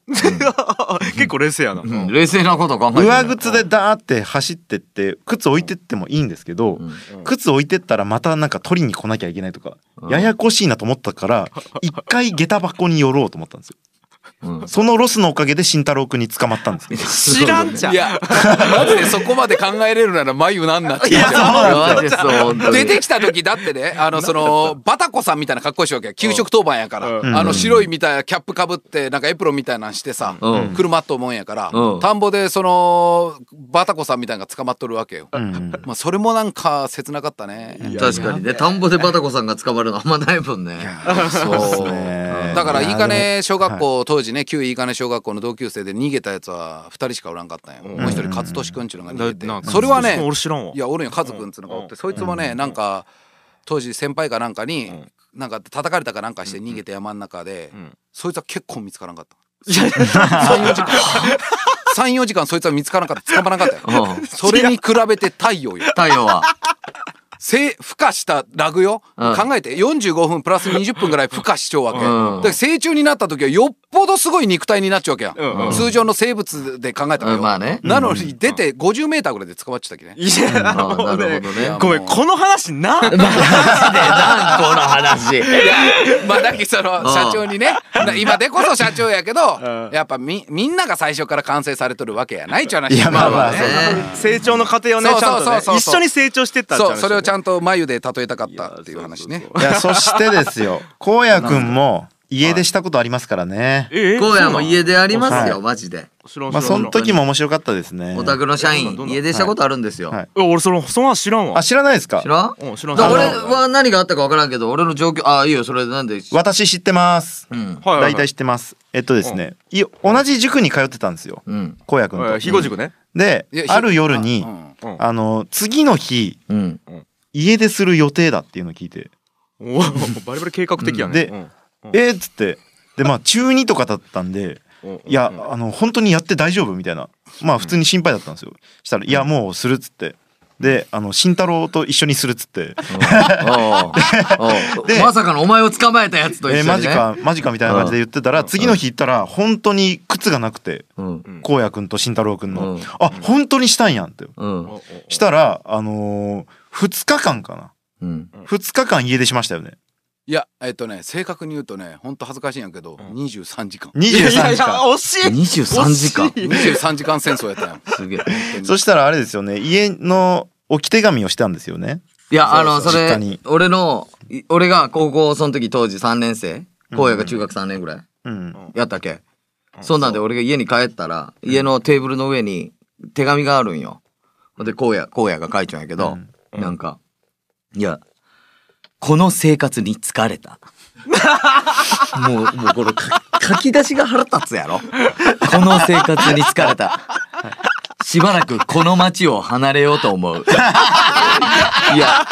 [SPEAKER 1] 結構冷静やな
[SPEAKER 3] うん冷静なこと考えてる
[SPEAKER 6] 上靴でダーって走ってって靴置いてってもいいんですけど
[SPEAKER 3] うん
[SPEAKER 6] 靴置いてったらまたなんか取りに来なきゃいけないとかややこしいなと思ったから一回下駄箱に寄ろうと思ったんですよ
[SPEAKER 3] うん
[SPEAKER 6] そのロスのおかげで慎太郎くんに捕まったんです
[SPEAKER 1] 知
[SPEAKER 6] よ
[SPEAKER 1] らんじゃん
[SPEAKER 7] いやマジでそこまで考えれるなら眉なんなって言っちゃう
[SPEAKER 3] マジでそう本当に
[SPEAKER 7] 出てきた時だってねあのそのバタコさんみたいな格好いいわけ給食当番やから、
[SPEAKER 1] うん
[SPEAKER 7] あの白いみたいなキャップかぶってなんかエプロンみたいなんしてさ、
[SPEAKER 3] うん
[SPEAKER 7] 車と思うんやから、
[SPEAKER 3] うん
[SPEAKER 7] 田んぼでそのバタコさんみたいなのが捕まっとるわけよ、
[SPEAKER 6] うん
[SPEAKER 7] まあそれもなんか切なかったね
[SPEAKER 3] 確かにね田んぼでバタコさんが捕まるのあんまないもんね
[SPEAKER 7] そう
[SPEAKER 6] ね
[SPEAKER 7] だからいいか
[SPEAKER 6] いや
[SPEAKER 7] ね小学校当時ね旧いいかね小学校の同級生で逃げたやつは2人しかおらんかったんや、もう一人勝利君っちゅうのが逃げて、
[SPEAKER 1] な
[SPEAKER 7] それはね
[SPEAKER 1] 俺知らんわ
[SPEAKER 7] いやおるんよカズくんっつうのがおって、そいつもね、なんか当時先輩かなんかに、なんか叩かれたかなんかして逃げて山の中で、
[SPEAKER 1] ん
[SPEAKER 7] そいつは結構見つからんかった34時間34時間そいつは見つからんかった捕まらんかったよ
[SPEAKER 3] うん
[SPEAKER 7] それに比べて太陽よ
[SPEAKER 3] 太陽 は
[SPEAKER 7] せ孵化したラグよ、
[SPEAKER 3] うん
[SPEAKER 7] 考えて45分プラス20分ぐらい孵化しちゃうわけ、
[SPEAKER 3] うん
[SPEAKER 7] だから成虫になった時はよっぽどすごい肉体になっちゃうわけや、
[SPEAKER 1] うん
[SPEAKER 7] ん、通常の生物で考えたらよ、
[SPEAKER 3] うんまあね
[SPEAKER 7] なのに出て50メーターぐらいで捕まっちゃったっけね、
[SPEAKER 1] いや
[SPEAKER 3] あー
[SPEAKER 1] もう
[SPEAKER 3] なる
[SPEAKER 1] ね
[SPEAKER 3] ほど
[SPEAKER 7] いや
[SPEAKER 3] ね
[SPEAKER 1] ごめんこの話な
[SPEAKER 3] なんこの話
[SPEAKER 7] いやまあだけどその社長にねな今でこそ社長やけど
[SPEAKER 1] うん
[SPEAKER 7] やっぱみみんなが最初から完成されとるわけやないっちゃう話
[SPEAKER 6] いやまあまあ
[SPEAKER 7] ね
[SPEAKER 6] そう
[SPEAKER 1] 成長の過程をね
[SPEAKER 7] そう
[SPEAKER 1] ちゃんとね
[SPEAKER 7] そうそうそう
[SPEAKER 1] 一緒に成長してった
[SPEAKER 7] そうそれをち
[SPEAKER 1] ん
[SPEAKER 7] ゃんと眉で例えたかったっていう話ね
[SPEAKER 6] いやそしてですよ荒野くんも家出したことありますからね
[SPEAKER 1] え
[SPEAKER 3] 荒野も家であります
[SPEAKER 6] は
[SPEAKER 3] よ
[SPEAKER 6] い
[SPEAKER 3] マジで
[SPEAKER 1] 知らん知
[SPEAKER 6] ま
[SPEAKER 1] ら
[SPEAKER 6] あ
[SPEAKER 1] ん
[SPEAKER 6] その時も面白かったですね
[SPEAKER 3] お宅の社員家出したことあるんですよ
[SPEAKER 6] はいはい
[SPEAKER 1] いや俺そのその話知らんわ
[SPEAKER 6] あ知らないですか
[SPEAKER 3] 知らん
[SPEAKER 1] うん知らん
[SPEAKER 3] だから俺
[SPEAKER 1] 知らん
[SPEAKER 3] は何があったか分からんけど俺の状況ああいいよそれなんで
[SPEAKER 6] 私知ってます
[SPEAKER 3] うん
[SPEAKER 1] はいはい
[SPEAKER 6] 大体知ってますえっとですねい同じ塾に通ってたんですよ
[SPEAKER 3] うん
[SPEAKER 6] 荒野くん
[SPEAKER 1] は
[SPEAKER 6] と
[SPEAKER 1] い肥後塾ね
[SPEAKER 6] で
[SPEAKER 7] いやひ
[SPEAKER 6] ある夜に
[SPEAKER 7] うん
[SPEAKER 1] うん
[SPEAKER 6] あの次の日
[SPEAKER 3] うん
[SPEAKER 6] 家出する予定だっていうのを聞いて
[SPEAKER 1] おーバリバリ計画的やね
[SPEAKER 6] でえっつってでまあ中2とかだったんで
[SPEAKER 1] うん
[SPEAKER 6] いやあの本当にやって大丈夫みたいなまあ普通に心配だったんですよしたら「いやもうする」っつってであの慎太郎と一緒にするっつって
[SPEAKER 3] おうおう
[SPEAKER 6] で
[SPEAKER 3] まさかのお前を捕まえたやつと一緒
[SPEAKER 6] えー
[SPEAKER 3] にね
[SPEAKER 6] マジかマジかみたいな感じで言ってたら次の日行ったら本当に靴がなくて
[SPEAKER 3] うん
[SPEAKER 6] 荒野くんと慎太郎くんの
[SPEAKER 3] うん
[SPEAKER 6] 「あ本当にしたんやん」って
[SPEAKER 3] うん
[SPEAKER 6] したらあの2日間かな
[SPEAKER 3] うん
[SPEAKER 6] 2日間家出しましたよね
[SPEAKER 7] いやえっとね正確に言うとねほんと恥ずかしいんやけど23時間
[SPEAKER 1] いやいや
[SPEAKER 6] 23
[SPEAKER 1] い
[SPEAKER 6] 時間
[SPEAKER 1] や惜しい
[SPEAKER 3] 23時間
[SPEAKER 7] 23時間戦争やったやん
[SPEAKER 3] すげえ
[SPEAKER 6] そしたらあれですよね家の置き手紙をしたんですよね
[SPEAKER 3] いや、あの、そ
[SPEAKER 6] 実
[SPEAKER 3] れ
[SPEAKER 6] 家に、
[SPEAKER 3] 俺の、い俺が高校、その時当時3年生、荒野が中学3年ぐらい、
[SPEAKER 6] うん
[SPEAKER 3] やったっけ、そんなんで俺が家に帰ったら、家のテーブルの上に手紙があるんよ。で、荒野、荒野が書いちゃうんやけど、なんか、いや、この生活に疲れ た。もう、もうこれか書き出しが腹立つや ろ。この生活に疲れた。しばらくこの街を離れようと思う。いや、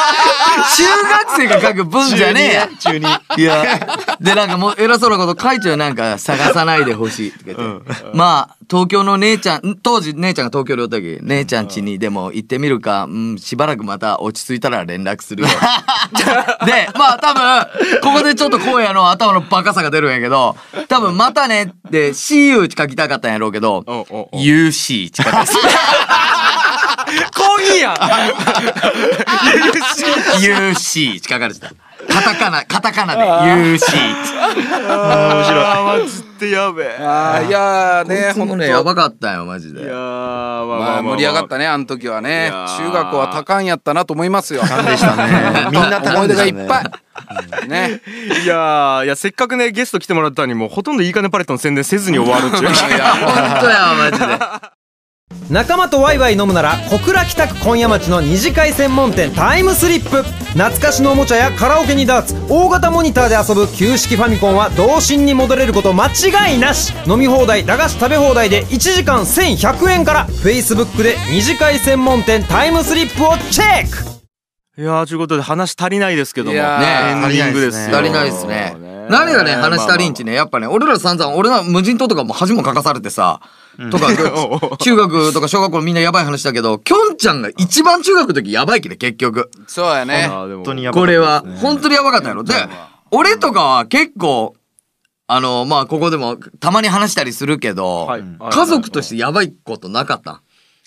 [SPEAKER 3] 中学生が書く文じゃねえや。中に。いや、で、なんかもう偉そうなこと書いちゃうよなんか探さないでほしいとか言って。まあ、東京の姉ちゃんん当時姉ちゃんが東京におった時姉ちゃん家にでも行ってみるか、うん、しばらくまた落ち着いたら連絡 するよでまあ多分ここでちょっと荒野の頭のバカさが出るんやけど多分「またね」って「See you」って書きたかったんやろうけど
[SPEAKER 1] おうおう
[SPEAKER 3] 「UC」って書いた
[SPEAKER 8] コーヒー や
[SPEAKER 3] UC って書かれてた。カタカナ、カタカナで UC
[SPEAKER 1] あーマジってやべえ
[SPEAKER 7] あーいやーね
[SPEAKER 3] こいつも
[SPEAKER 7] 本当
[SPEAKER 3] ね、やばかったよ、マジ
[SPEAKER 1] いや。
[SPEAKER 3] で
[SPEAKER 1] ーまあまあ
[SPEAKER 7] ま
[SPEAKER 1] ま
[SPEAKER 7] あ
[SPEAKER 1] あまあ
[SPEAKER 7] 盛り上がったねあの時はね
[SPEAKER 1] いやー
[SPEAKER 7] 中学は多感やったなと思いますよ
[SPEAKER 6] 感でしたね。みんな
[SPEAKER 7] 思
[SPEAKER 6] 高
[SPEAKER 7] い
[SPEAKER 6] んで
[SPEAKER 7] 出が
[SPEAKER 6] た
[SPEAKER 7] い
[SPEAKER 6] ね
[SPEAKER 7] っぱいね
[SPEAKER 1] いやーいやせっかくねゲスト来てもらったのにもうほとんどいいかねパレットの宣伝せずに終わるっちゅう
[SPEAKER 7] いや
[SPEAKER 3] 本当や、マジで。
[SPEAKER 8] 仲間とワイワイ飲むなら小倉北区今夜町の二次会専門店タイムスリップ懐かしのおもちゃやカラオケにダーツ大型モニターで遊ぶ旧式ファミコンは童心に戻れること間違いなし飲み放題駄菓子食べ放題で1時間1100円から Facebook で二次会専門店タイムスリップをチェック
[SPEAKER 1] いやーということで話足りないですけども
[SPEAKER 7] いやー
[SPEAKER 1] エンディングですよ
[SPEAKER 3] 足りないですね
[SPEAKER 1] ね。
[SPEAKER 3] 何がね、話したりんちね、やっぱね、俺ら散々、俺ら無人島とかも恥もかかされてさ、と か、中学とか小学校みんなやばい話だけど、きょんちゃんが一番中学の時やばいきね、結局。
[SPEAKER 7] そうやね
[SPEAKER 1] あーでも
[SPEAKER 6] 本当にやば
[SPEAKER 3] こ
[SPEAKER 6] かった
[SPEAKER 3] れ
[SPEAKER 6] です
[SPEAKER 3] は、本当にやばかったやろ。で、俺とかは結構、あの、まあ、ここでもたまに話したりするけど、
[SPEAKER 1] はい
[SPEAKER 3] 家族としてやばいことなかった。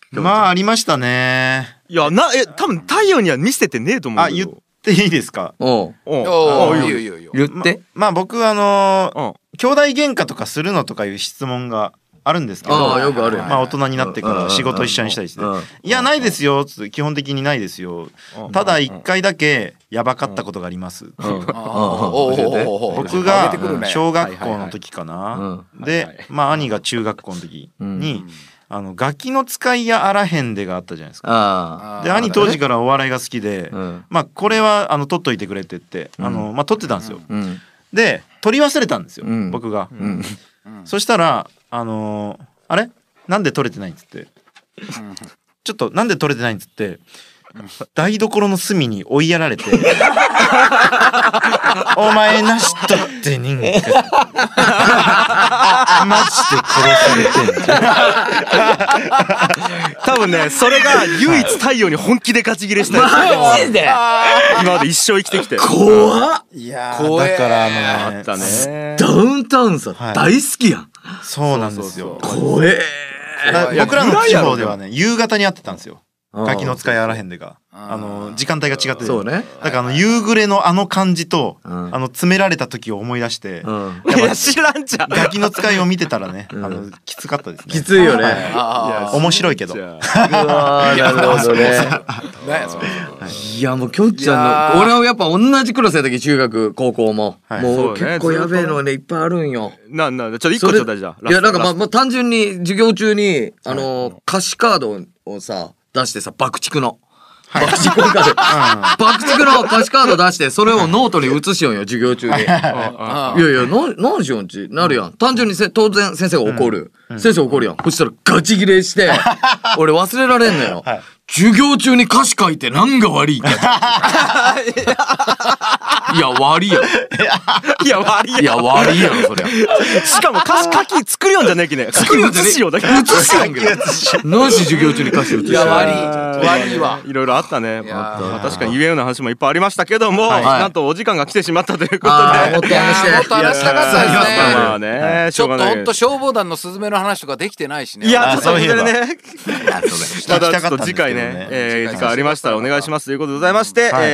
[SPEAKER 6] まあありましたね。
[SPEAKER 1] いやなえ多分太陽には見せてねえと思う
[SPEAKER 6] あ
[SPEAKER 1] け
[SPEAKER 6] 言っ
[SPEAKER 1] ど
[SPEAKER 6] ていいですか。
[SPEAKER 3] おう
[SPEAKER 1] おう
[SPEAKER 7] お
[SPEAKER 1] あ
[SPEAKER 7] ー
[SPEAKER 1] い
[SPEAKER 7] い
[SPEAKER 1] い
[SPEAKER 7] い
[SPEAKER 1] よ
[SPEAKER 7] よいいよいいよ
[SPEAKER 3] 言って。
[SPEAKER 6] まあ僕あの
[SPEAKER 1] うん
[SPEAKER 6] 兄弟喧嘩とかするのとかいう質問があるんですけ
[SPEAKER 3] あ
[SPEAKER 6] ど
[SPEAKER 3] あ、よくあるよね。
[SPEAKER 6] まあ大人になってか
[SPEAKER 3] うん
[SPEAKER 6] ら仕事一緒にしたりして
[SPEAKER 3] うんうん
[SPEAKER 6] 「いやないですよ」つって基本的にないですよ
[SPEAKER 1] うん
[SPEAKER 6] ただ一回だけやばかったことがあります
[SPEAKER 7] あーおーおーおーおー
[SPEAKER 6] 僕
[SPEAKER 7] 出
[SPEAKER 6] が
[SPEAKER 7] てくるね
[SPEAKER 6] 小学校の時かなでまあ兄が中学校の時にあのガキの使いやあらへんでがあったじゃないですか
[SPEAKER 3] ああ。
[SPEAKER 7] あー
[SPEAKER 6] で兄当時からお笑いが好きで
[SPEAKER 3] うん。
[SPEAKER 6] まあこれはあの撮っといてくれって言ってあのまあ撮ってたんですよ
[SPEAKER 3] うん。
[SPEAKER 6] で撮り忘れたんですよ、
[SPEAKER 3] うん
[SPEAKER 6] 僕が、
[SPEAKER 3] うん。
[SPEAKER 6] そしたらあのーあれなんで撮れてないっつってちょっとなんで撮れてないっつって台所の隅に追いやられ て「お前なしとって人間」 マジで殺されてんじゃん
[SPEAKER 1] 多分ねそれが唯一太陽に本気で勝ち切れしたやつ
[SPEAKER 3] マジで
[SPEAKER 1] 今まで一生生きてきて
[SPEAKER 3] 怖っ
[SPEAKER 6] いや
[SPEAKER 7] 怖
[SPEAKER 6] ー
[SPEAKER 7] え
[SPEAKER 6] だからあのね
[SPEAKER 1] あったね
[SPEAKER 3] ダウンタウンさん
[SPEAKER 6] はい
[SPEAKER 3] 大好きやん。
[SPEAKER 6] そうなんですよ
[SPEAKER 3] 怖え。
[SPEAKER 6] だから僕らの地方ではね夕方にやってたんですよ
[SPEAKER 3] うん
[SPEAKER 6] ガキの使いあらへんでがあの時間帯が違ってて
[SPEAKER 3] そうね。
[SPEAKER 6] だからあの夕暮れのあの感じと、
[SPEAKER 3] うん
[SPEAKER 6] あの詰められた時を思い出して、
[SPEAKER 3] うん。
[SPEAKER 1] いや知らんじゃん
[SPEAKER 6] ガキの使いを見てたらね、
[SPEAKER 3] ん
[SPEAKER 6] あのきつかったですね。
[SPEAKER 3] きついよね。
[SPEAKER 7] あ
[SPEAKER 6] 面白いけど。
[SPEAKER 1] じ
[SPEAKER 6] い
[SPEAKER 1] ゃあ
[SPEAKER 3] うわーなるほどね。
[SPEAKER 7] ーなんやそれ
[SPEAKER 3] いやもうきょんちゃん
[SPEAKER 7] いや
[SPEAKER 3] の
[SPEAKER 7] ー
[SPEAKER 3] 俺はやっぱ同じクラスやった時中学高校も、
[SPEAKER 6] はい
[SPEAKER 3] もう
[SPEAKER 1] そうね
[SPEAKER 3] 結構やべえのがねいっぱいあるんよ。
[SPEAKER 1] なんなんだちょっと一個ちょうだいじゃあ
[SPEAKER 3] いやなんかまあ
[SPEAKER 1] ラス
[SPEAKER 3] まあ単純に授業中にあのー歌詞カードをさ出してさ爆竹の。爆竹のカード爆竹の歌詞カード出してそれをノートに写しよんよ授業中に。
[SPEAKER 7] あ
[SPEAKER 3] いやいや、な、なんしよんち、なるやん。単純にせ、当然先生が怒る。先生怒るやん。そしたらガチ切れ して、俺忘れられんのよ。授業中に歌詞書いて何が 悪いってやつ。いや、悪いやろ。
[SPEAKER 1] トいや悪いや
[SPEAKER 3] いや、悪いやろ、そりゃ。
[SPEAKER 1] しかも歌詞書き作るよんじゃねえきね
[SPEAKER 3] 作るよんじゃねえ
[SPEAKER 1] 写しようだけ
[SPEAKER 3] 写しやんけど。何し授業中に歌詞写し
[SPEAKER 7] いや
[SPEAKER 3] やん
[SPEAKER 7] 悪い悪いわ
[SPEAKER 1] いろいろあったね、
[SPEAKER 7] やー
[SPEAKER 1] まあ、確かに言えような話もいっぱいありましたけども、
[SPEAKER 3] い
[SPEAKER 1] なんとお時間が来てしまったということで
[SPEAKER 3] あーもっと
[SPEAKER 7] いや
[SPEAKER 3] 話して
[SPEAKER 7] ーもっと話したかったで
[SPEAKER 1] いや
[SPEAKER 7] す
[SPEAKER 1] ー
[SPEAKER 7] ね
[SPEAKER 1] まあねし
[SPEAKER 7] ち
[SPEAKER 1] ょ
[SPEAKER 7] ょ
[SPEAKER 1] うが
[SPEAKER 7] っと
[SPEAKER 1] ない
[SPEAKER 7] 本当消防団のスズメの話とかできてないしね。
[SPEAKER 1] いや、ちょっと
[SPEAKER 6] あ
[SPEAKER 1] 本
[SPEAKER 6] そういえば
[SPEAKER 1] 当にね、ただちょっと次回
[SPEAKER 6] 聞きたか
[SPEAKER 1] ね
[SPEAKER 6] っ、たんですけどね
[SPEAKER 1] えー時間ありましたらお願いしますということでございまして、
[SPEAKER 6] はい
[SPEAKER 1] え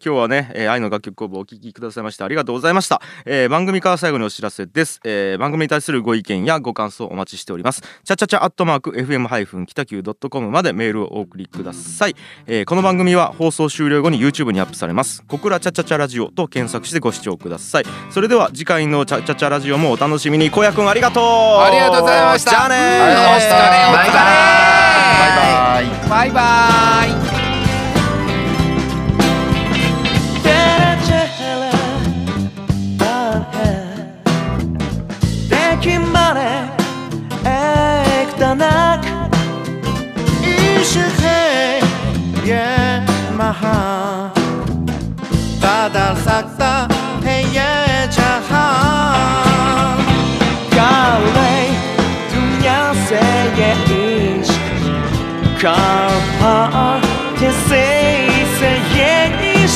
[SPEAKER 1] ー今日はね、えー愛の楽曲工房お聴きくださいましてありがとうございました。えー番組から最後にお知らせです。えー番組に対するご意見やご感想お待ちしております。チャチャチャアットマーク FM- 北九 .com までメールをお送りください。えーこの番組は放送終了後に YouTube にアップされます。小倉チャチャチャラジオと検索してご視聴ください。それでは次回のチャチャチャラジオもお楽しみに。小屋くんありがとう
[SPEAKER 7] ありがとうございました
[SPEAKER 1] じゃあねー
[SPEAKER 7] ありがとうございました
[SPEAKER 6] バイ
[SPEAKER 3] バイバイ
[SPEAKER 7] バイバーイ。
[SPEAKER 9] Kau lay dunia
[SPEAKER 8] kapar keseise yemiş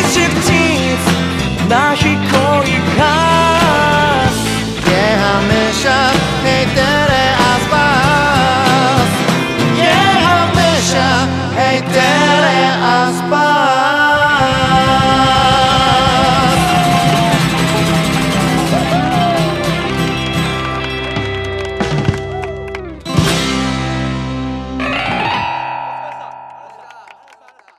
[SPEAKER 8] İçikçiyiz Nahikoy kas
[SPEAKER 10] Det här med kärlek, det